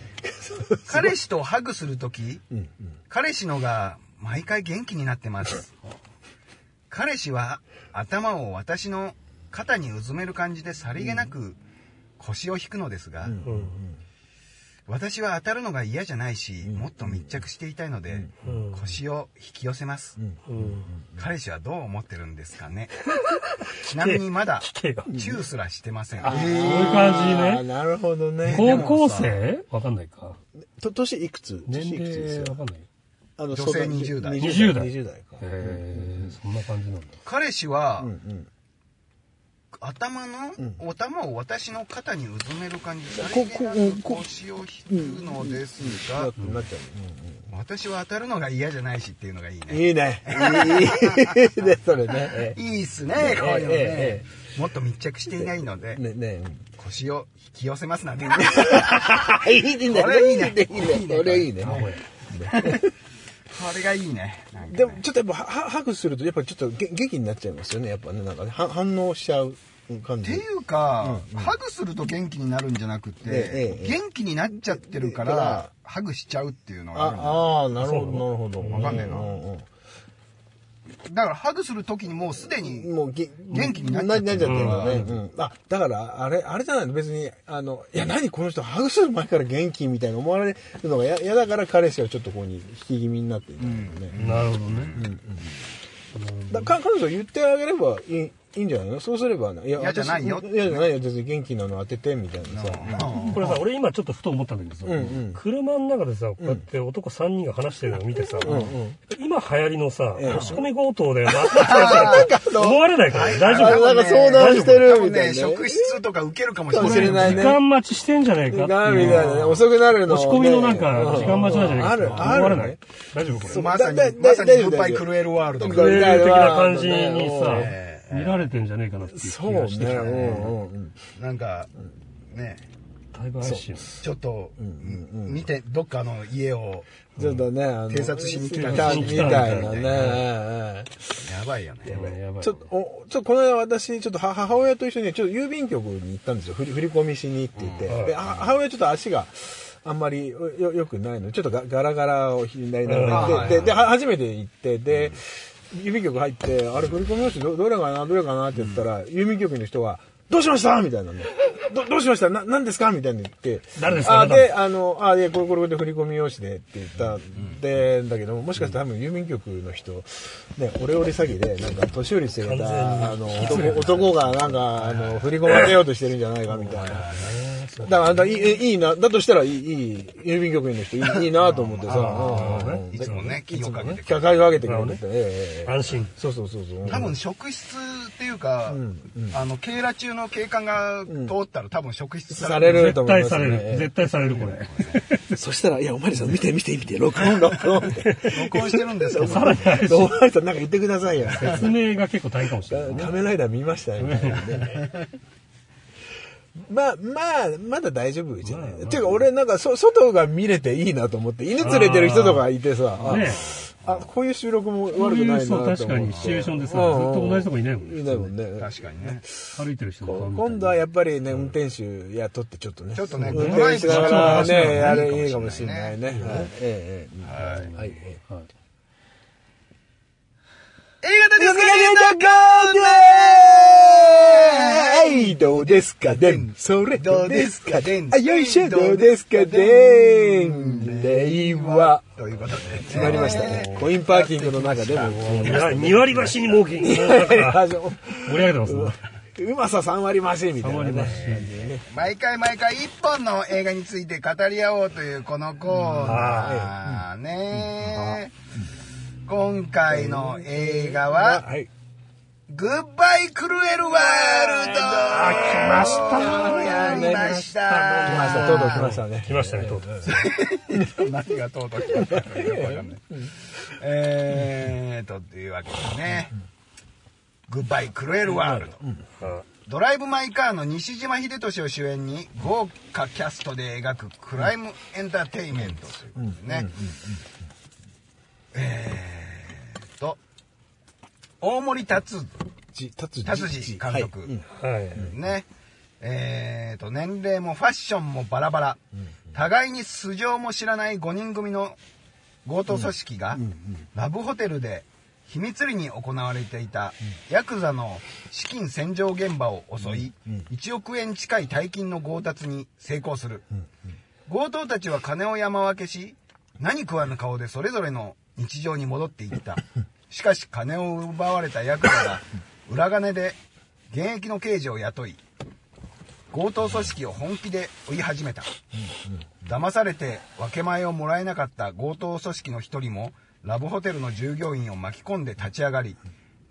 B: 彼氏とハグするとき、彼氏のが毎回元気になって
C: <laughs>
B: ます。彼氏は頭を私の肩にうずめる感じでさりげなく腰を引くのですが、私は当たるのが嫌じゃないし、もっと密着していたいので、腰を引き寄せます。彼氏はどう思ってるんですか
C: <laughs>
B: ねちなみにまだ、
C: 聞けよ。
B: チューすらしてません。
C: そういう感じ
D: あー
C: ね。
D: なるほどね。
C: 高校生わかんないか。
D: と年いくつ
C: 年
D: 年いくつです
C: 齢
D: よ
C: わ。かんない。
D: あの
B: 女性
D: そうだ
B: 20代
C: 20代
D: 20代か。
C: へえ、そんな感じなんだ。
B: 彼氏は、
D: うんうん。
B: 頭の、お玉を私の肩にうずめる感じさ
D: こ
B: りげなく腰を引くのですが、
D: なっちゃうね。
B: 私は当たるのが嫌じゃないしっていうのがいいね
D: いい <laughs> ね。いいね、それね。え
B: いいっすねこういうのね、
D: ええ
B: もっと密着していないので、
D: えね、ね。
B: 腰を引き寄せます
D: <laughs>
B: なんて
D: あ、いいね。
B: これいいね
D: いいね。それいいね。
C: 名古屋。
B: これがいいねなんか
D: でも、ちょっとやっぱ、ははハグすると、やっぱちょっとげ劇になっちゃいますよね。やっぱね、なんかね、は反応しちゃう感
B: って
D: じ。
B: いうか、ハグすると元気になるんじゃなくて、
D: ええええ
B: 元気になっちゃってるから、
D: だから
B: ハグしちゃうっていうのがあるんだよ
D: あ、あーなるほど、なるほど。
B: わかんねえな
D: うんうん
B: だからハグする時にもうすでに
D: もうげ
B: 元気になっちゃってる
D: るからね、うんあだからあれあれじゃないの別にあのいや何この人ハグする前から元気みたいな思われるのがや嫌だから彼氏はちょっとこうに引き気味になっていたんだよね、
C: なるほどね。
D: だから彼女は言ってあげればいいいいんじゃないのそうすればねいや
B: 嫌じゃないよ
D: 私嫌じゃないよ別に元気なの当ててみたいなさ、
C: これさ、俺今ちょっとふと思ったんだけどさ、車の中でさ、こうやって男3人が話してるのを見てさ、今流行りのさ、押し込み強盗で、また思われないからね大丈
D: あな
C: 夫
D: んか相談してる
B: 多
D: み
B: 分
D: たい
B: ね
D: な、
B: 職質とか受けるかもしれ
D: かもしれ
B: ない
D: ない
C: 時
D: ね
C: 間待ちしてんじゃないかって
D: なる
C: い
D: み
C: う
D: たいなね遅くなるの
C: 押し込みのなんか、時間待ちなんじゃないか
D: あ
C: って
D: る
C: 思
D: あ
C: われ
D: る
C: な
D: ね
C: い大丈夫これ。
B: まさに
D: だだ、
B: まさに
D: 大丈夫
B: グッバイ
D: 大丈夫
B: クルエルワールド。
D: グ
B: グ
D: ッ
B: ッ
D: バ
B: バ
D: イ
B: イ
C: グレール的な感じにさ
B: え、
C: 見られてんじゃねえかなっていう気
D: そう
C: がしてき
D: ね
C: た。
D: うんうんうん
B: なんか、ね、
C: だいぶ怪しいよね。
B: ちょっと、見て、どっかの家を、
D: ちょっとね、あの
B: 偵察しに来た
D: み
B: み
D: た
B: た
D: い
B: い
D: な
B: な
D: ね。ええ
B: やばいよね。
C: うんやばい
D: ちょっと、おちょっとこの間私、ちょっと母母親と一緒に、ちょっと郵便局に行ったんですよ。振り振り込みしにって言って。では母親ちょっと足が、あんまりよよくないので、ちょっとがガラガラをひなりながら行って、で、で、は初めて行って、で、郵便局入って、あれ振り込み用紙どどれかな、どれかなって言ったら、郵便局の人が、どうしましたみたいなね。どどうしましたな、何ですかみたいに言って。
C: 誰ですか
D: あ、で、あの、あ、いや、これ、これこれで振り込み用紙でって言ったんで、だけども、もしかしたら多分郵便局の人、ね、オレオレ詐欺で、なんか、年寄りしてた、あの、男、男が、なんか、あの、振り込まれようとしてるんじゃないか、み
B: <laughs>
D: たいな。だから、あんたいい、いいな、だとしたら、いい、いい、郵便局員の
B: <laughs>
D: 人、いいいいなと思ってさ、うんうんうん
B: いつもね、気をかけてく
D: 客
B: る。
D: 会を上げてくれてて、ええええ
C: 安心。
D: そうそうそうそう。
B: 多分、職質っていうか、あの、警ら中の警官が通ったら多分職質
D: さ
B: さ
D: れ
B: れる。
D: ると
C: 絶
D: 思
C: 対
D: います
C: され
D: ね。
C: る。絶対される、これ。
D: そしたら、いや、おまりさん、見て見て見て、録音、録音って。
B: <laughs> 録音してるんですよ。
C: さらに怪しい
D: おまりさん、なんか言ってくださいよ。
C: 説明が結構大変かもしれない。
D: 仮面ライダー見ましたよね。 <laughs> まあ、まあ、まだ大丈夫じゃない。
C: まあまあ
D: ていうか、俺なんか、そ、外が見れていいなと思って、犬連れてる人とかいてさ、あ,、
C: ね
D: あこういう収録も悪く
C: こう
D: ない
C: い
D: な
C: う
D: と
C: そう
D: 思って。
C: 確かにシチュエーションでさ、ずっ
D: うんうん
C: と同じとこいないもん
D: い
C: ね。
D: ないもんね。
B: 確かにね。
C: 歩いてる人とかみたいな
D: 今度はやっぱりね、運転手雇ってちょっとね。
B: ちょっとね
D: 運転手しながらね、やる、いいかもしれないね。はいええええは
C: は
D: い。
C: い
B: A 型ですか
D: はい、どうですかでん。それ
B: どうですかでん
D: あ、よいしょ、どうですかでん。令和。
B: ということで。
D: 決まりましたね。コインパーキングの中でも。
C: いや、2割増しに儲け、儲かったから
D: あの
C: 盛り上げてますね。
D: うまさ3割増しみたいな、ね。
C: 3割増し
D: ね
B: 毎回毎回一本の映画について語り合おうというこのコーナーね。今回の映画は、
D: はい。
B: グッバイクルエルワールド
D: あ、来ました
B: やりました
D: 来ました。とうとう来ましたね。
C: 来ましたね、とうとう。
B: 何がとうとう来まったのかよくわかんない。えーっと、というわけでね。グッバイクルエルワールド。
C: あ
B: ドライブ・マイ・カーの西島秀俊を主演に豪華キャストで描くクライムエンターテインメントということでねえーっと大森達
D: じ、達
B: 達治監督、
D: はいうん
C: はい。
B: ねえーっと年齢もファッションもバラバラ互いに素性も知らない5人組の強盗組織がラブホテルで秘密裏に行われていたヤクザの資金洗浄現場を襲い1億円近い大金の強奪に成功する強盗たちは金を山分けし何食わぬ顔でそれぞれの日常に戻っていったしかし金を奪われたヤクザが裏金で現役の刑事を雇い強盗組織を本気で追い始めた騙されて分け前をもらえなかった強盗組織の一人もラブホテルの従業員を巻き込んで立ち上がり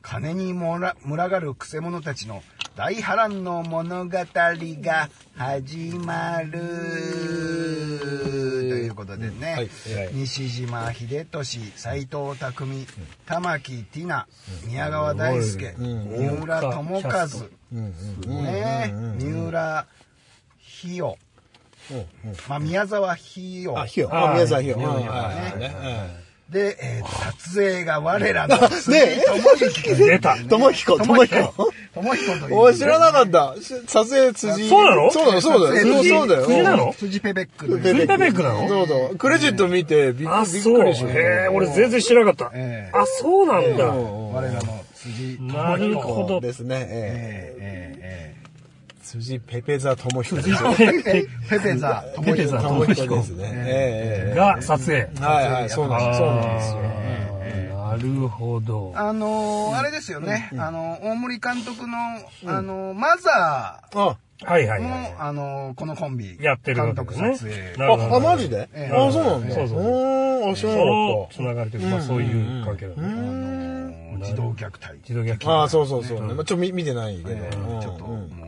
B: 金にもら群がるくせ者たちの大波乱の物語が始まるということでね、
D: はい
B: 西島秀俊斎藤匠玉木ティナ宮川大輔三浦友和ね三浦ひよまあ、宮沢ひよ
D: あ、火よ。
C: は
D: あ、
C: い
D: 皆さん火よ。
C: 宮沢ひよ
D: はいね
B: で、えー撮影が我らの
D: ね
B: 鈴木智彦
C: 出た。
D: ともひこ、ともひこ。
B: 智彦と
D: お
B: い
D: いう知らなかった。し撮影辻。
C: そうなの
D: そうだよ、そうだよ。そう
C: 辻
D: そうだよ。
C: 辻なの
B: 辻ペベックと
D: ペ
B: いう
C: 辻ペベックなの
D: そうだ。クレジット見て、びっびっ
C: あ、
D: く
C: そう。
D: り
C: へ
D: しました
C: え、俺全然知らなかっ
B: ええ
C: た。あ、そうなんだ。
B: 我らの辻智
C: なる
B: 彦
C: ほど。
D: ですね。え
B: えーえ
D: ー辻ペペザともひこです
B: ー
D: よ。
B: えーペペペザ智
C: ペペ
B: 彦
C: ザ
D: ともひこですね。えーえ
C: が撮影。
D: ーはいはい、そうなんです。そうなんですよ。
C: なるほど。
B: あのーあれですよね、あのー大森監督の、あのーマザ
D: あ、
C: はいは
B: ー
C: い
B: も、
C: はい。
B: あのーこのコンビ
C: やってるわ
B: 監
C: けで
B: 督
C: す
B: 撮
C: ね
B: 影
C: なるほど
D: あ、あマジで
B: え
C: ー
D: あ、そうなんだ。
C: そうそう
D: おーあ、知らな
C: そ
D: か
C: の
D: った
C: つながりというか、まあそういう関係だ
B: あ
C: ね。
B: のー児童虐待
C: 自動逆
D: あー、そうそうそう。まあちょっと見見てないけど。
B: え
D: う
B: ー
D: ん
B: ちょっと
D: うん
B: もう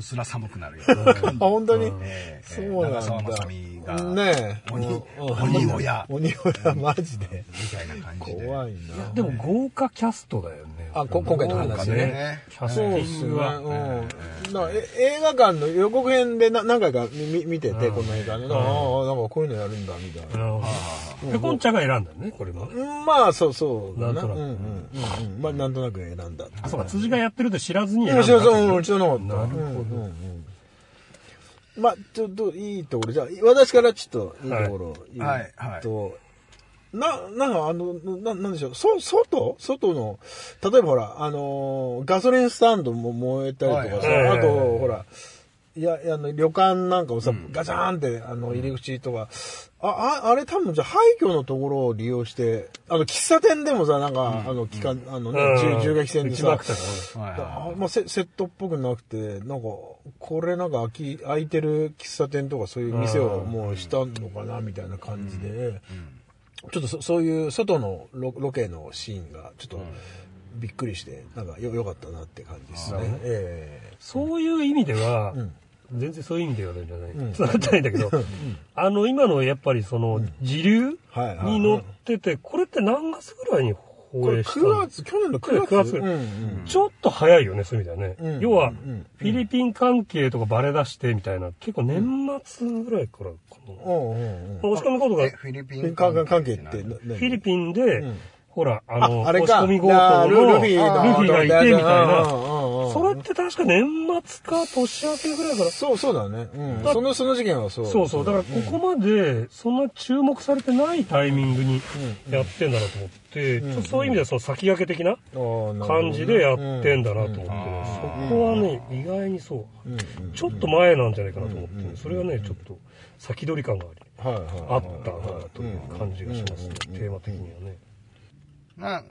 B: うすら寒くなるよ
D: あ、本当に
B: えー
D: そうなんだ。
B: 長澤まさみが
D: ねえ。
B: 鬼
D: うん
B: 鬼親
D: 鬼親、マジで。
B: みたいな感じで。
D: 怖いな。
C: でも豪華キャストだよね。
D: あこ今回の
C: 豪華
D: 話
B: ね
C: ね。キャス
D: そ
C: テ
D: うで
C: ィ
D: す
C: ン
D: ね。
C: グは。
D: うん。だからえ映画館の予告編でな何回か見見見てて、この映画ね。ああ、なんかこういうのやるんだ、みたい
C: な
D: な。
C: るほど。ペコンちゃんが選んだね、これも。
D: うんまあ、そうそうだ。
C: なんとなく
D: うんうんうんうん。まあ、なんとなく選んだ。
C: あ、そうか、辻がやってると知らずに
D: い
C: 選ん
D: や、
C: だ。
D: 知らそう、うん知らなかった。
C: なるほど
D: うんうんうんまあ、ちょっといいところ、じゃあ、私からちょっといいところを言
B: はいはいは
D: う
B: い
D: と、な、なんかあの、な、なんでしょう、そ、外外の、例えばほら、あのー、ガソリンスタンドも燃えたりとかさ、
C: はいはい
D: あと、ほら、いや、あの、旅館なんかもさ、ガチャーンって、あの、入り口とか、あ、あ、あれ多分じゃあ廃墟のところを利用して、あの、喫茶店でもさ、なんか、あの、期間、あのね
C: うん、
D: 銃銃撃戦で
C: 打
D: さ
C: ちまくったからね
D: あまあ、セセットっぽくなくて、なんか、これなんか空き、空いてる喫茶店とかそういう店をもうしたのかな、みたいな感じで、ちょっとそそういう外のロロケのシーンが、ちょっとびっくりして、なんかよ、良かったなって感じですね。え
C: そういう意味では、全然そういう意味ではじゃない。つながってないんだけど、あの、今のやっぱりその、時流
D: はいはい
C: に乗ってて、これって何月ぐらいに
D: えこ
C: 放
D: れ
C: 映した
D: 9
C: の
D: 月、去年の9月
C: 9月
D: うんうん
C: ちょっと早いよね、そういう意味ではね。
D: うん
C: 要は、
D: うん
C: フィリピン関係とかバレ出してみたいな、結構年末ぐらいからか
D: う
C: な。
D: んうんうん。
C: 押し込みことが、
B: え
C: フ
B: フィリピ
D: 関
B: ン
D: 関関係って、な
C: ィリピンで、ほら、あの、
D: ああれ
C: 押し
D: か
C: 込み強盗の
D: ル
C: ル
D: フ
C: フ
D: ィ
C: ィ
D: の
C: がいてみたいな。
D: うんうんうん
C: それって確か年末か年明けぐらいから、
D: そう、そうだね。うん。その、その事件はそう。
C: そうそう。だからここまで、そんな注目されてないタイミングにやってんだなと思って、ちょっとそういう意味ではその先駆け的な感
D: 感
C: じでやってんだなと思ってね、そこはね、意外にそう、ちょっと前なんじゃないかなと思ってね、それがね、ちょっと先取り感があり、
D: はいはいはい
C: あったなという感じがしますね、テーマ的にはね。
B: な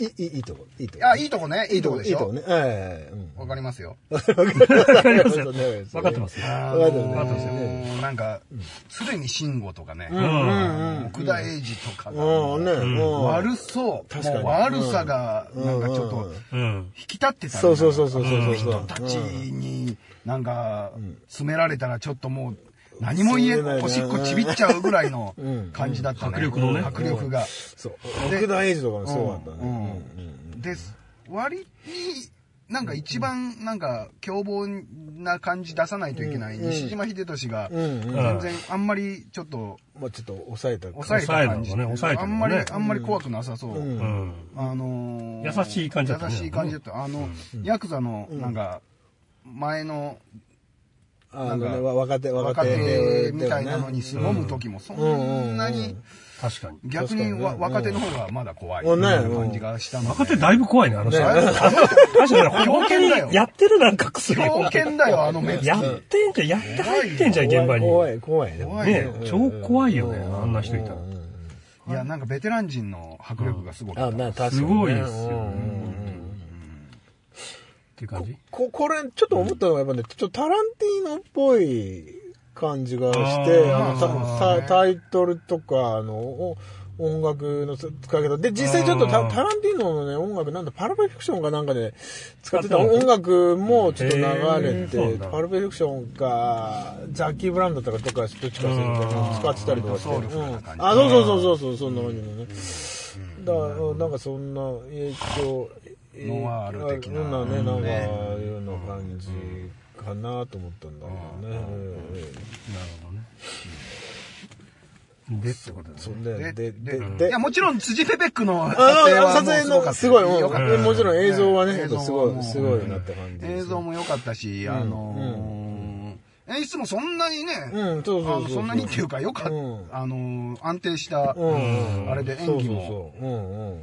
D: いい、いいとこ、いいとこ。
B: あ、いいとこね。いいとこで
D: い
B: し
D: いと
B: ょ
D: こ。ね。ええうん
B: わかりますよ。
C: わかりますよ。わかってます。
B: あ
D: わか
B: の
D: ってます
C: よ
B: ーなんか、常に慎吾とかね、奥田英二とかが、
D: うん、ね、うん。
B: 悪そう。
D: 確かに
B: もう悪さが、なんかちょっ
D: うん
B: と、
C: うん。
B: 引き立ってたりなんか
D: そうそうそうそうそうそう。
B: 人たちになんか詰められたらちょっともう何も言え
D: そうだよ
B: ん
D: ね
B: おしっこちびっちゃうぐらいの感じだったね
C: 迫力のね
B: 迫力が
D: そう。
B: で
D: 奥田エイジとかもすごかった
B: う
D: ね。
B: んで割になんか一番なんか凶暴な感じ出さないといけない西島秀俊が
D: ん
B: 全然あんまりちょっと
D: まあちょっと抑えた。
B: 抑えた感じ
C: 抑えるのがね抑えて
B: あ
C: る
B: ん
C: の
B: ま
C: が
B: り
C: ね
B: あんまり怖くなさそう
C: うん。
B: あのー
C: 優しい感じだったね
B: 優しい感じだった。あの、ヤクザの、なんか、前の
D: あ
B: なん
D: の
B: か
D: ね、わ若手、
B: 若手みたいなのに
D: だ
B: すごむ時も、そんなに、
C: 確かに。
B: 逆にわ若手の方がまだ怖い
D: うんね
B: 感じがしたの
C: 若
B: で。
C: 手だいぶ怖いね、あの人。確かに、本当にやってるなんか薬。
B: 狂犬だよ、あの目つき。
C: やってんじゃん、やって入ってんじゃん、
D: よ
C: 現場
D: ね。
C: に。
D: 怖い、怖い。でも
B: 怖い
C: ね
B: よ。
C: 超怖いよね、あんな人いたら。
B: いや、なんかベテラン人の迫力がすごい。
D: あ、な、確かにね。
C: すごいですよね
D: うん
C: っていう感じ
D: こ、これ、ちょっと思ったのがやっぱね、ちょっとタランティーノっぽい感じがして、
C: あー
D: あの、
B: まあ
D: た
B: ね
D: たタイトルとか、あの、お音楽の使い方。で、実際ちょっと
C: あ
D: タ
C: ー
D: タランティーノのね、音楽、なんだ、パルプフィクションかなんかで使ってた
C: 使ってたの
D: 音楽もちょっと流れ
C: へーそう
D: て
C: なんだ、
D: パルプフィクションか、ザッキー・ブランドとか、とか、どっちかする使ってたりとかして。
B: ソウルフ
D: う
B: ルなん感じ
D: あ、そうそうそうそうそう、そんな感じのね。だなんかそんな影響
B: ノワール的な
D: うんなね
B: うん
D: なんかいうの感じかなと思ったんだけどね、うん
C: なるほどね。でってことだ
D: そ
C: ね。
D: んで
B: で、
D: で
B: で、
D: で
B: い
D: で
B: や、もちろん、辻ペペックの撮
D: あ
B: 影
D: の
B: は
D: 撮影
B: もう
D: のすごい、うん
B: よかった
D: もちろん映像はね
B: 映像は
D: すご
B: もう
D: いすごいなって感じです
B: 映像も良かったし、あのー、演出もそんなにね、
D: うんそうそう
B: あ
D: そう
B: の
D: う
B: そんなにっていうか、よかった、
D: うん
B: あの、安定した、
D: うん
B: あれで演技も
D: そうそうそううんうん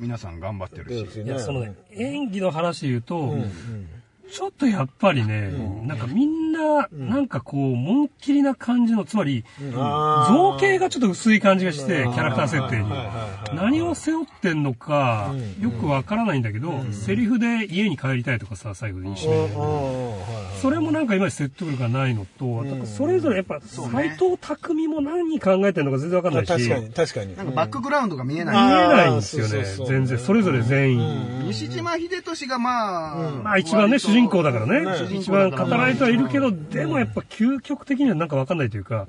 B: 皆さん頑張ってるし、
C: いや、そのね
D: ね、
C: 演技の話言うと、ちょっとやっぱりね、なんかみんな、なんかこう、もんきりな感じの、つまり、
D: あー
C: 造形がちょっと薄い感じがして、キャラクター設定に
D: はいはいはい。
C: 何を背負ってんのか、よくわからないんだけど、セリフで家に帰りたいとかさ、最後で言い締
D: うん
C: め
D: う
C: る
D: んうんはいはい
C: それもなんかいまいち説得力がないのと、あとそれぞれやっぱ、
B: うね
C: 斎藤匠も何考えてるのか全然わかんないし、
D: 確か
C: 見
D: に確かに
B: なんかバックグラウンドが見え
D: あ
B: ない。
C: えないんですよ
D: あー
C: ね
D: そうそうそう、
C: 全然。それぞれ全員。
B: 西島秀俊がまあ、
C: まあ一番ね、主人公だから
B: 主
C: ね、
B: 人
C: 一
B: 公だ
C: 番
B: から
C: 働いてはいるけど、でもやっぱ究極的にはなんかわかんないというか、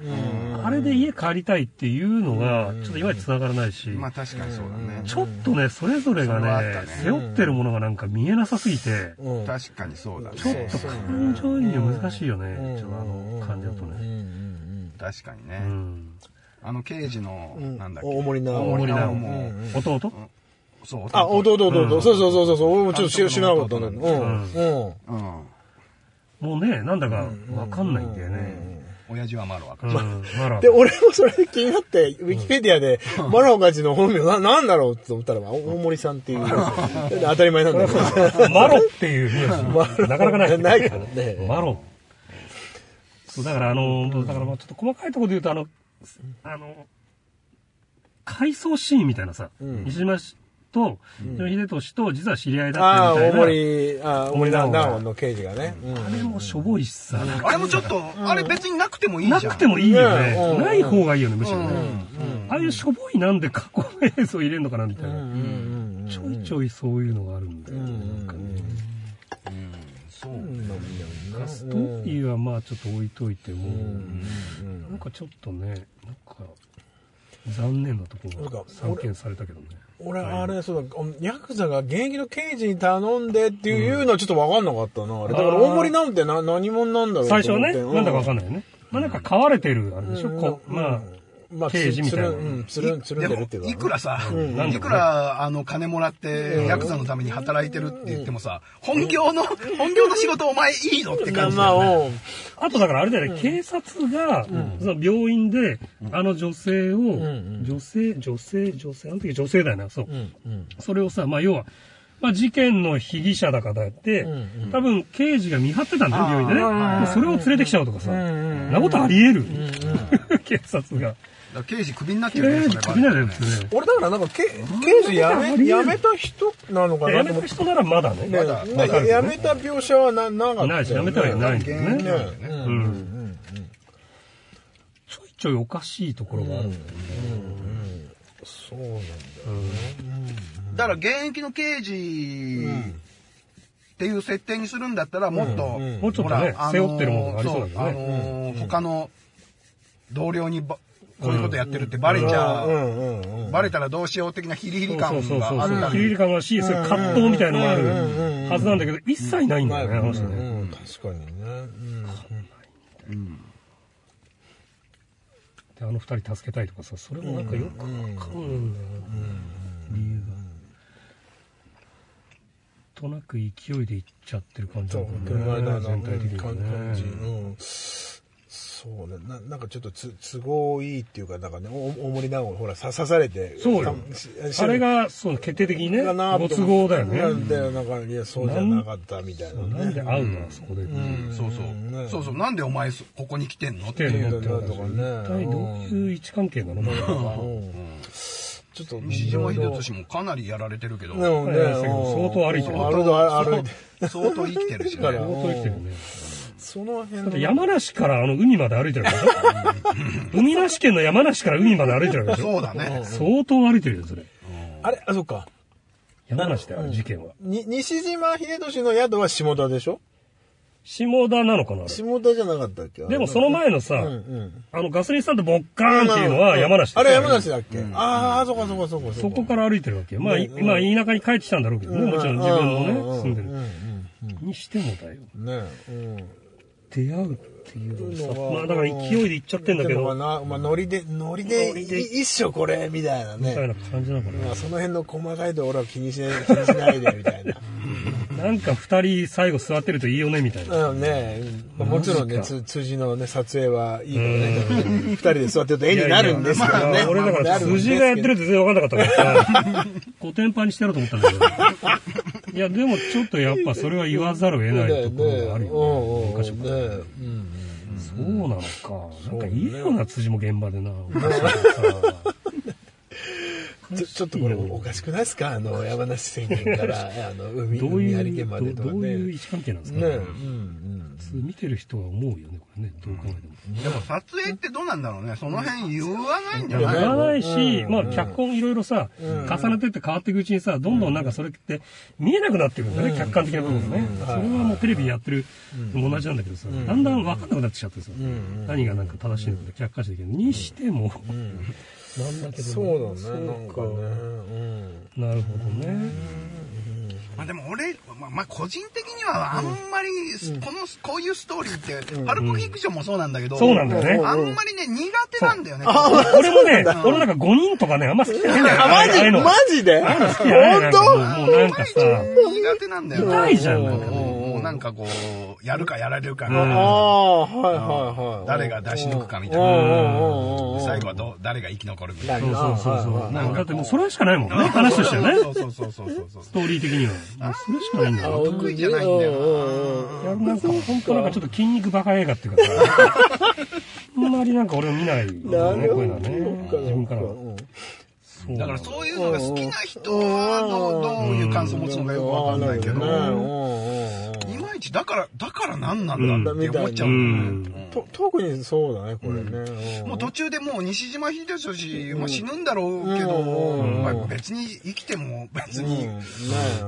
C: あれで家帰りたいっていうのが、ちょっといまいち繋がらないし、
B: まあ確かにそうだね。
C: ちょっとね、それぞれが
B: それはあった
C: ね
B: ね、
C: 背負ってるものがなんか見えなさすぎて、
D: うん
B: 確かにそうだね。
C: ちょっと感情移入難しいよね、ちょっとあの感じだと
D: うん
C: ね。
B: 確かに
C: う
B: ね。
C: ん。
B: あの刑事の、なんだっけ。
D: 大森な
B: 大森なお
C: う
B: も。
C: ん弟
B: そう、
D: あ、
B: 弟
D: 弟、弟、うそうそうそうそうそう、俺もちょっと
B: 監督の
D: 知らなかったんだけど。う
B: 弟
D: ん。うん。
B: うん。
C: もうね、なんだかわかんないんだよね。
B: 親父はまだわか
C: う
B: る。
C: ん。まだ
D: で、俺もそれで気になって、ウィキペディアで、マラオカチの本名な、なんだろうって思ったら、お大森さんっていう。当たり前なんだけど。
C: マロっていう名字、 <laughs> なかなか <laughs> ない。
D: ないからね。
C: マロ。そう、だからあの、だからまあちょっと細かいところで言うと、あの、あの、回想シーンみたいなさ、西島氏と、秀俊と実は知り合いだ
D: あ
C: った
D: あ、
C: みたい
D: 大
C: な。
D: 森、ああ、大森なおの刑事がね。うん
C: あれもしょぼいしさ、なんか
B: あれもちょっと、あれ別になくてもいいじゃ。
C: なんくてもいいよね。
D: ねうん
C: ない方がいいよね、むしろね。ああいうしょぼいなんで過去の映像入れるのかなみたいな。ちょいちょいそういうのがあるんだよね。なんかね。
B: そう
C: ラストーリーはまあちょっと置いといても、なんかちょっとね、なんか残念なところ
D: なん
C: が
D: か
C: 散見されたけどね。
D: 俺、あれ、そうだ、うんヤクザが現役の刑事に頼んでっていうのはちょっとわかんなかったな、あれ。だから、大森なおってな、何者なんだろう
C: 最初はね、なんだかわ
D: か
C: かんないよね。まあなんか飼われてるあれでしょ、こう、まあ、
D: まあ、
C: 刑事みたいな
D: つるんうんつるん、つるんでるっていうかね
B: いくらさ、
C: なんでもね
B: いくら、あの、金もらって、ヤクザのために働いてるって言ってもさ、本業の、本業の仕事お前いいのって感じだ
D: まあ、
B: よね。
D: おう
C: あとだからあれだよね、警察が、その病院で、あの女性を、女性、女性、女性、あの時女性だよな、そう。それをさ、まあ要は、まあ事件の被疑者だかだって、多分刑事が見張ってたんだよ、病院でね。でそれを連れてきちゃうとかさ、そんなことあり得る。警察が。
B: ら刑事クビになっちゃうね
C: 刑事
B: そ
C: ク
B: れ
C: ビ
B: は
C: なんですね。
D: 俺だからなんかけ刑事やめやめた人なのかな
C: や
D: と
C: め
D: 思った
C: 人ならまだね。
D: ね
B: だ
D: ね
C: わかるけどね
D: やめた描写はななかったよね
C: ないし、やめたはいないんで
B: 現
C: す
B: 役
C: ね。
B: なのよね
D: うん
C: うんちょいちょいおかしいところがあるんだよね。
D: そうなん
B: だか
D: だ
B: ら現役の刑事っていう設定にするんだったらもっと、
D: うん
C: もうちょっとね
B: ほら、
C: 背負ってるものがありそうだけ
B: あ
C: ど
B: の
C: ね。
B: ー他の同僚にばこういうことやってるってバレちゃう、
D: うんうんうん
B: バレたらどうしよう的なヒリヒ
C: そ
B: リ
C: うそ
B: 感
C: うそう
B: があ
C: そう。
B: った
C: ヒリヒリ
B: り
C: 感があるし、そういう葛藤みたいのもあるはずなんだけど、一切ないんだよね、あの人ね。
D: うん確かにねうん
C: であの二人助けたいとかさそれもなんかよくわかんないんだよな、理由がなんとなく勢いでいっちゃってる感じ
D: そ
C: なん
D: う
C: だ
D: 車
C: よ
D: だな
C: ね全体的
D: うん感じ
C: にね
D: うんそうねななんかちょっとつ都合いいっていうかなんかねおおもりなおほら刺刺されて
C: そうよ
D: し
C: あれがそう決定的にね
D: だな
C: ご
D: と
C: 都合だよね
D: なんだよなんかいやそうじゃなかったみたいなね
C: なんで会うのあそこでっていう
B: そうそう、
D: うん
B: そうそうなんでお前そここに来てんのっ
C: 来て
B: て
C: るの
D: な
C: っ
D: ん
C: て
D: とかね
C: 一体どういう位置関係なの
D: うんちょっと
B: 西島秀俊もかなりやられてるけど、
D: でもね、
C: 相当歩いてる
D: 相当歩いてる。
B: 相当生きてる
C: <laughs>
B: しね
D: だから
C: 相当生きてるね
D: その辺
C: だって
D: の。
C: 山梨からあの海まで歩いてるでしょ海なし県の山梨から海まで歩いてるでしょ
B: そうだね
C: 相当歩いてるよそれ
D: あれあ、そっか。
C: 山梨だよあの事件は
D: に、西島秀俊の宿は下田でしょ
C: 下田なのかなあれ
D: 下田じゃなかったっけ
C: でもその前のさ、
D: うんうん。
C: あのガソリンスタンドボッカーンっていうのは山梨
D: あ
C: だよ
D: れ山梨だっけああ、そっかそっかそっか。
C: そこから歩いてるわけよ。まあ、い今、田舎に帰ってきたんだろうけどね。もちろん自分のね、住んで
D: うんう
C: る。
D: ん
C: にしてもだよ。
D: うん。ねえ。
C: 出会うっていうのはさ、
D: うん
C: まあだから勢いで行っちゃってんだけ
D: でも
C: ど、
D: な、まあノリで、ノリで、い一緒これ、みたいな
C: みたい
D: ね。
C: な感じなのか
D: まあその辺の細かいところは気にしない、気にしないで、みたい
C: <laughs>
D: な。
C: な。なんか二人最後座ってるといいよね、みたいな。
D: うんね、まあもちろんね、
C: マジ
D: つ辻のね、撮影はいいからね、二人で座ってると絵になるんですけど
C: いやい
D: ね
C: や。俺だから、筋がやってるって全然わかんなかったからさ、 <laughs> コテンパンにしてやろうと思ったんだ <laughs> けど。いや、でもちょっとやっぱそれは言わざるを得ないところがあるよね。昔も。そうなのか。なんかいいような辻も現場でな。
D: ちょちょっとこれおかしくないですかあの、山梨宣言から、あの、海、
C: どう
D: 海
C: い
D: 有家まで
C: う、
D: と
C: ど
D: か
C: どういう
D: ね。
C: 位置関係なんですか
D: ね、
C: ね。
D: うん
C: 普通見てる人は思うよね、これね。どう考えても。
B: でも撮影ってどうなんだろうねその辺言わないんじゃ
C: 言
B: ない
C: わないし、まあ、脚本いろいろさ、重ねてって変わっていくうちにさ、どんどんなんかそれって見えなくなってくるんだね、客観的な部分がね。それはもうテレビやってるのも同じなんだけどさ、だんだん分かんなくなってきちゃってさ、何がなんか正しいのか客観視できるにしても、なんだけど、
D: そうだね、なんかね。うん
C: なるほどね。
B: まあ、でも俺、まあ、まあ個人的にはあんまり、このこういうストーリーって、パルプフィクションもそうなんだけど、
C: そうなんだよね。
B: あんまりね苦手なんだよね
C: 俺もね、俺なんか5人とかね、あんま好きじゃないんだよ。
D: あ、マジマジで
C: 好きじゃない
D: 本
C: なんかもう
D: 当
C: もうなんかさ、
B: 苦手なんだよ
C: 痛いじゃん、なんかね。
B: もうなんかこうやるかやられるか
D: あ
B: が、
D: あ、はいはいはい。
B: 誰が出し抜くかみたい
D: うんう
B: な、
D: んうんうん
B: 最後はどう誰が生き残るみたいな、
C: そうそうそうそう。
D: な
C: なんん
D: か
C: かだってもうそれしかないもんね、話としてはね。
B: そうそうそうそうそうそう
C: ストーリー的には。もうそれしかないんだよ。
B: 得意じゃないんだよ
C: いやなんか、本当なんかちょっと筋肉バカ映画っていうかさ。
D: <laughs>
C: あんまりなんか俺を見ないよね、
D: なる
C: こ
D: ほ
C: う
D: ど
C: いうのはね。自分からは。そう
B: だからそういうのが好きな人はどうどういう感想を持つのかよくわかんないけど、いまいちだからだから何なんだって思っちゃう
C: うん
B: だよね
C: ん。
D: と特にそうだねこれね、
B: もう途中でもう西島秀俊、まあ、死ぬんだろうけど、まあ、別に生きても別に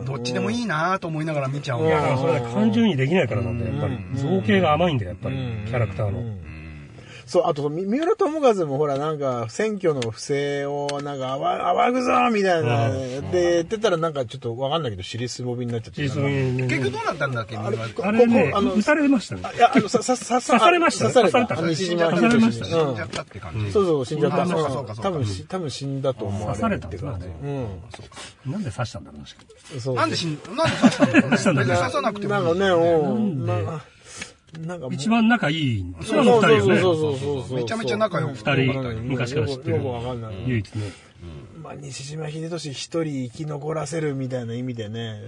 B: どっちでもいいなと思いながら見ちゃう
C: だから
B: わ
C: それは感情にできないからなんだよ、やっぱり。造形が甘いんだよ、やっぱり。キャラクターの。
D: そうあとみ三浦友和もほらなんか選挙の不正をなんかあわあわぐぞみたいな、で言ってたらなんかちょっとわかんないけど尻すぼみになっちゃって
C: シーズンね
B: 結局どうなったんだっけみんな
C: あれね
D: ここあの、
C: 撃たれましたね。
D: いやあのさささ
C: 刺されましたね
D: 刺された
C: 刺された
D: あの西島
C: 刺されました
D: 秀
C: ね
D: 俊
B: 死
D: うん
B: じゃったって感じ、
D: そうそう死んじゃった
B: そうかそうか
D: 多分し多分死んだと思われる
C: 刺されたん
D: って
C: だ
D: 感
C: な
D: じ、
C: なんで刺したんだろうな、しかも
D: うん、そう
B: なんで死んなんで刺したんだろうね別に刺さなくて
D: なん
B: も
D: か
B: いい
D: ねうんなんかなんか
C: 一番仲いいんです
D: そ
C: よ、
D: う
C: あの
D: そう
C: 二人よ
D: そう
C: ね。
D: そうそうそう
B: めちゃめちゃ仲良くて
C: 二人、昔から知って
D: よ
C: る
D: く。わかんない
C: 唯一ね。
D: まあ、西島秀俊一人生き残らせるみたいな意味でね、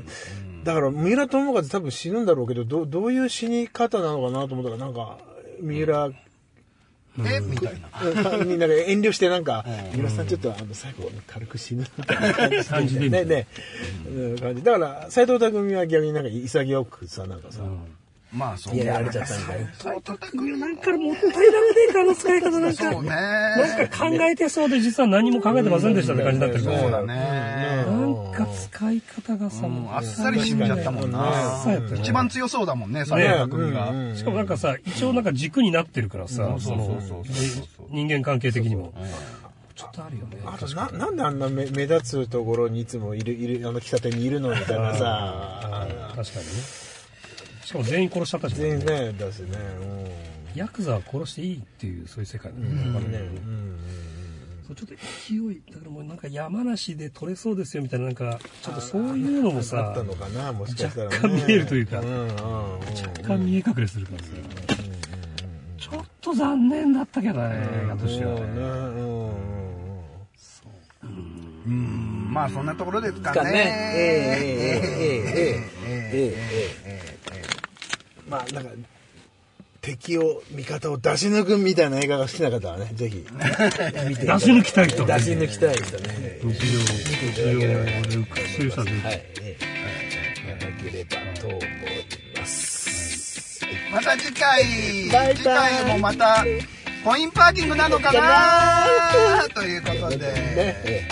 D: だから三浦友和多分死ぬんだろうけどどうどういう死に方なのかなと思ったらなんか三浦
B: えみたいな。
D: <laughs> みんなで遠慮してなんか、三浦さんちょっとあの最後軽く死ぬみたいな感じ
C: 感じで
D: ねね、うん感じだから斎藤匠は逆になんか潔くさなんかさ、
B: まあ、そう
D: いやられちゃったみたいな
B: 斎藤匠
C: なんかもったいなくねえか、あの使い方なんか。
B: そうね。
C: なんか考えてそうで実は何も考えてませんでしたって感じになってる
B: そうだ
C: ね。
B: ね。
C: なんか使い方がさ、
B: うんあっさり死んじゃったもん
C: あっ
B: な
C: さ。やったよね
B: 一番強そうだもんね、斎藤匠が。
C: しかもなんかさ、一応なんか軸になってるからさ、その人間関係的にも。ちょっとあるよね。
D: あとななんであんな目目立つところにいつもいるいるあの喫茶店にいるのみたいなさ
C: 確かにね。しかも全員殺しちゃったし
D: 全
C: ね。
D: 然ねだしね
C: ヤクザは殺していいっていう、そういう世界だね。だからねそうちょっと勢い、だからもうなんか山梨で取れそうですよみたいな、なんか、ちょっとそういうのも
D: うんあっ
C: さ
D: た、のかなもしかしたら、ね、
C: 若干見えるというか
D: んうんうん
C: 若干見え隠れするからさ。ちょっと残念だったけどね、映画としては
D: そうね
C: ね。
D: うんうん
B: う
D: うん
B: んまあ、そんなところですか
D: かね
B: ね。
D: ええええええええええまあなんか敵を味方を出し抜くみたいな映画が好きな方はねぜひ見ていただ
C: 出
D: き
C: し抜きたい人。
D: 出し抜きたいですよね
C: 日常、日常、そういう人は絶
D: は
C: 対
D: いええいただければと思います
B: また次回、
D: バイバイ
B: 次回もまた、コインパーキングなのかなということ
D: ね
B: で、
D: え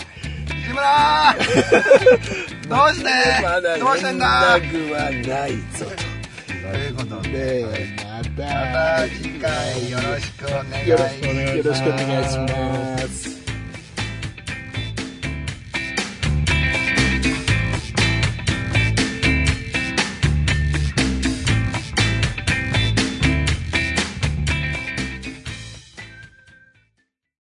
B: 志村どうして
D: えまだ
B: どうしてんだ
D: 連絡はないぞ
B: ということ
D: と
B: で、
D: でま
B: ま
D: た
B: た次回よろしくお願いし
D: よ
B: ま
D: ろ
B: す
D: しくお願いします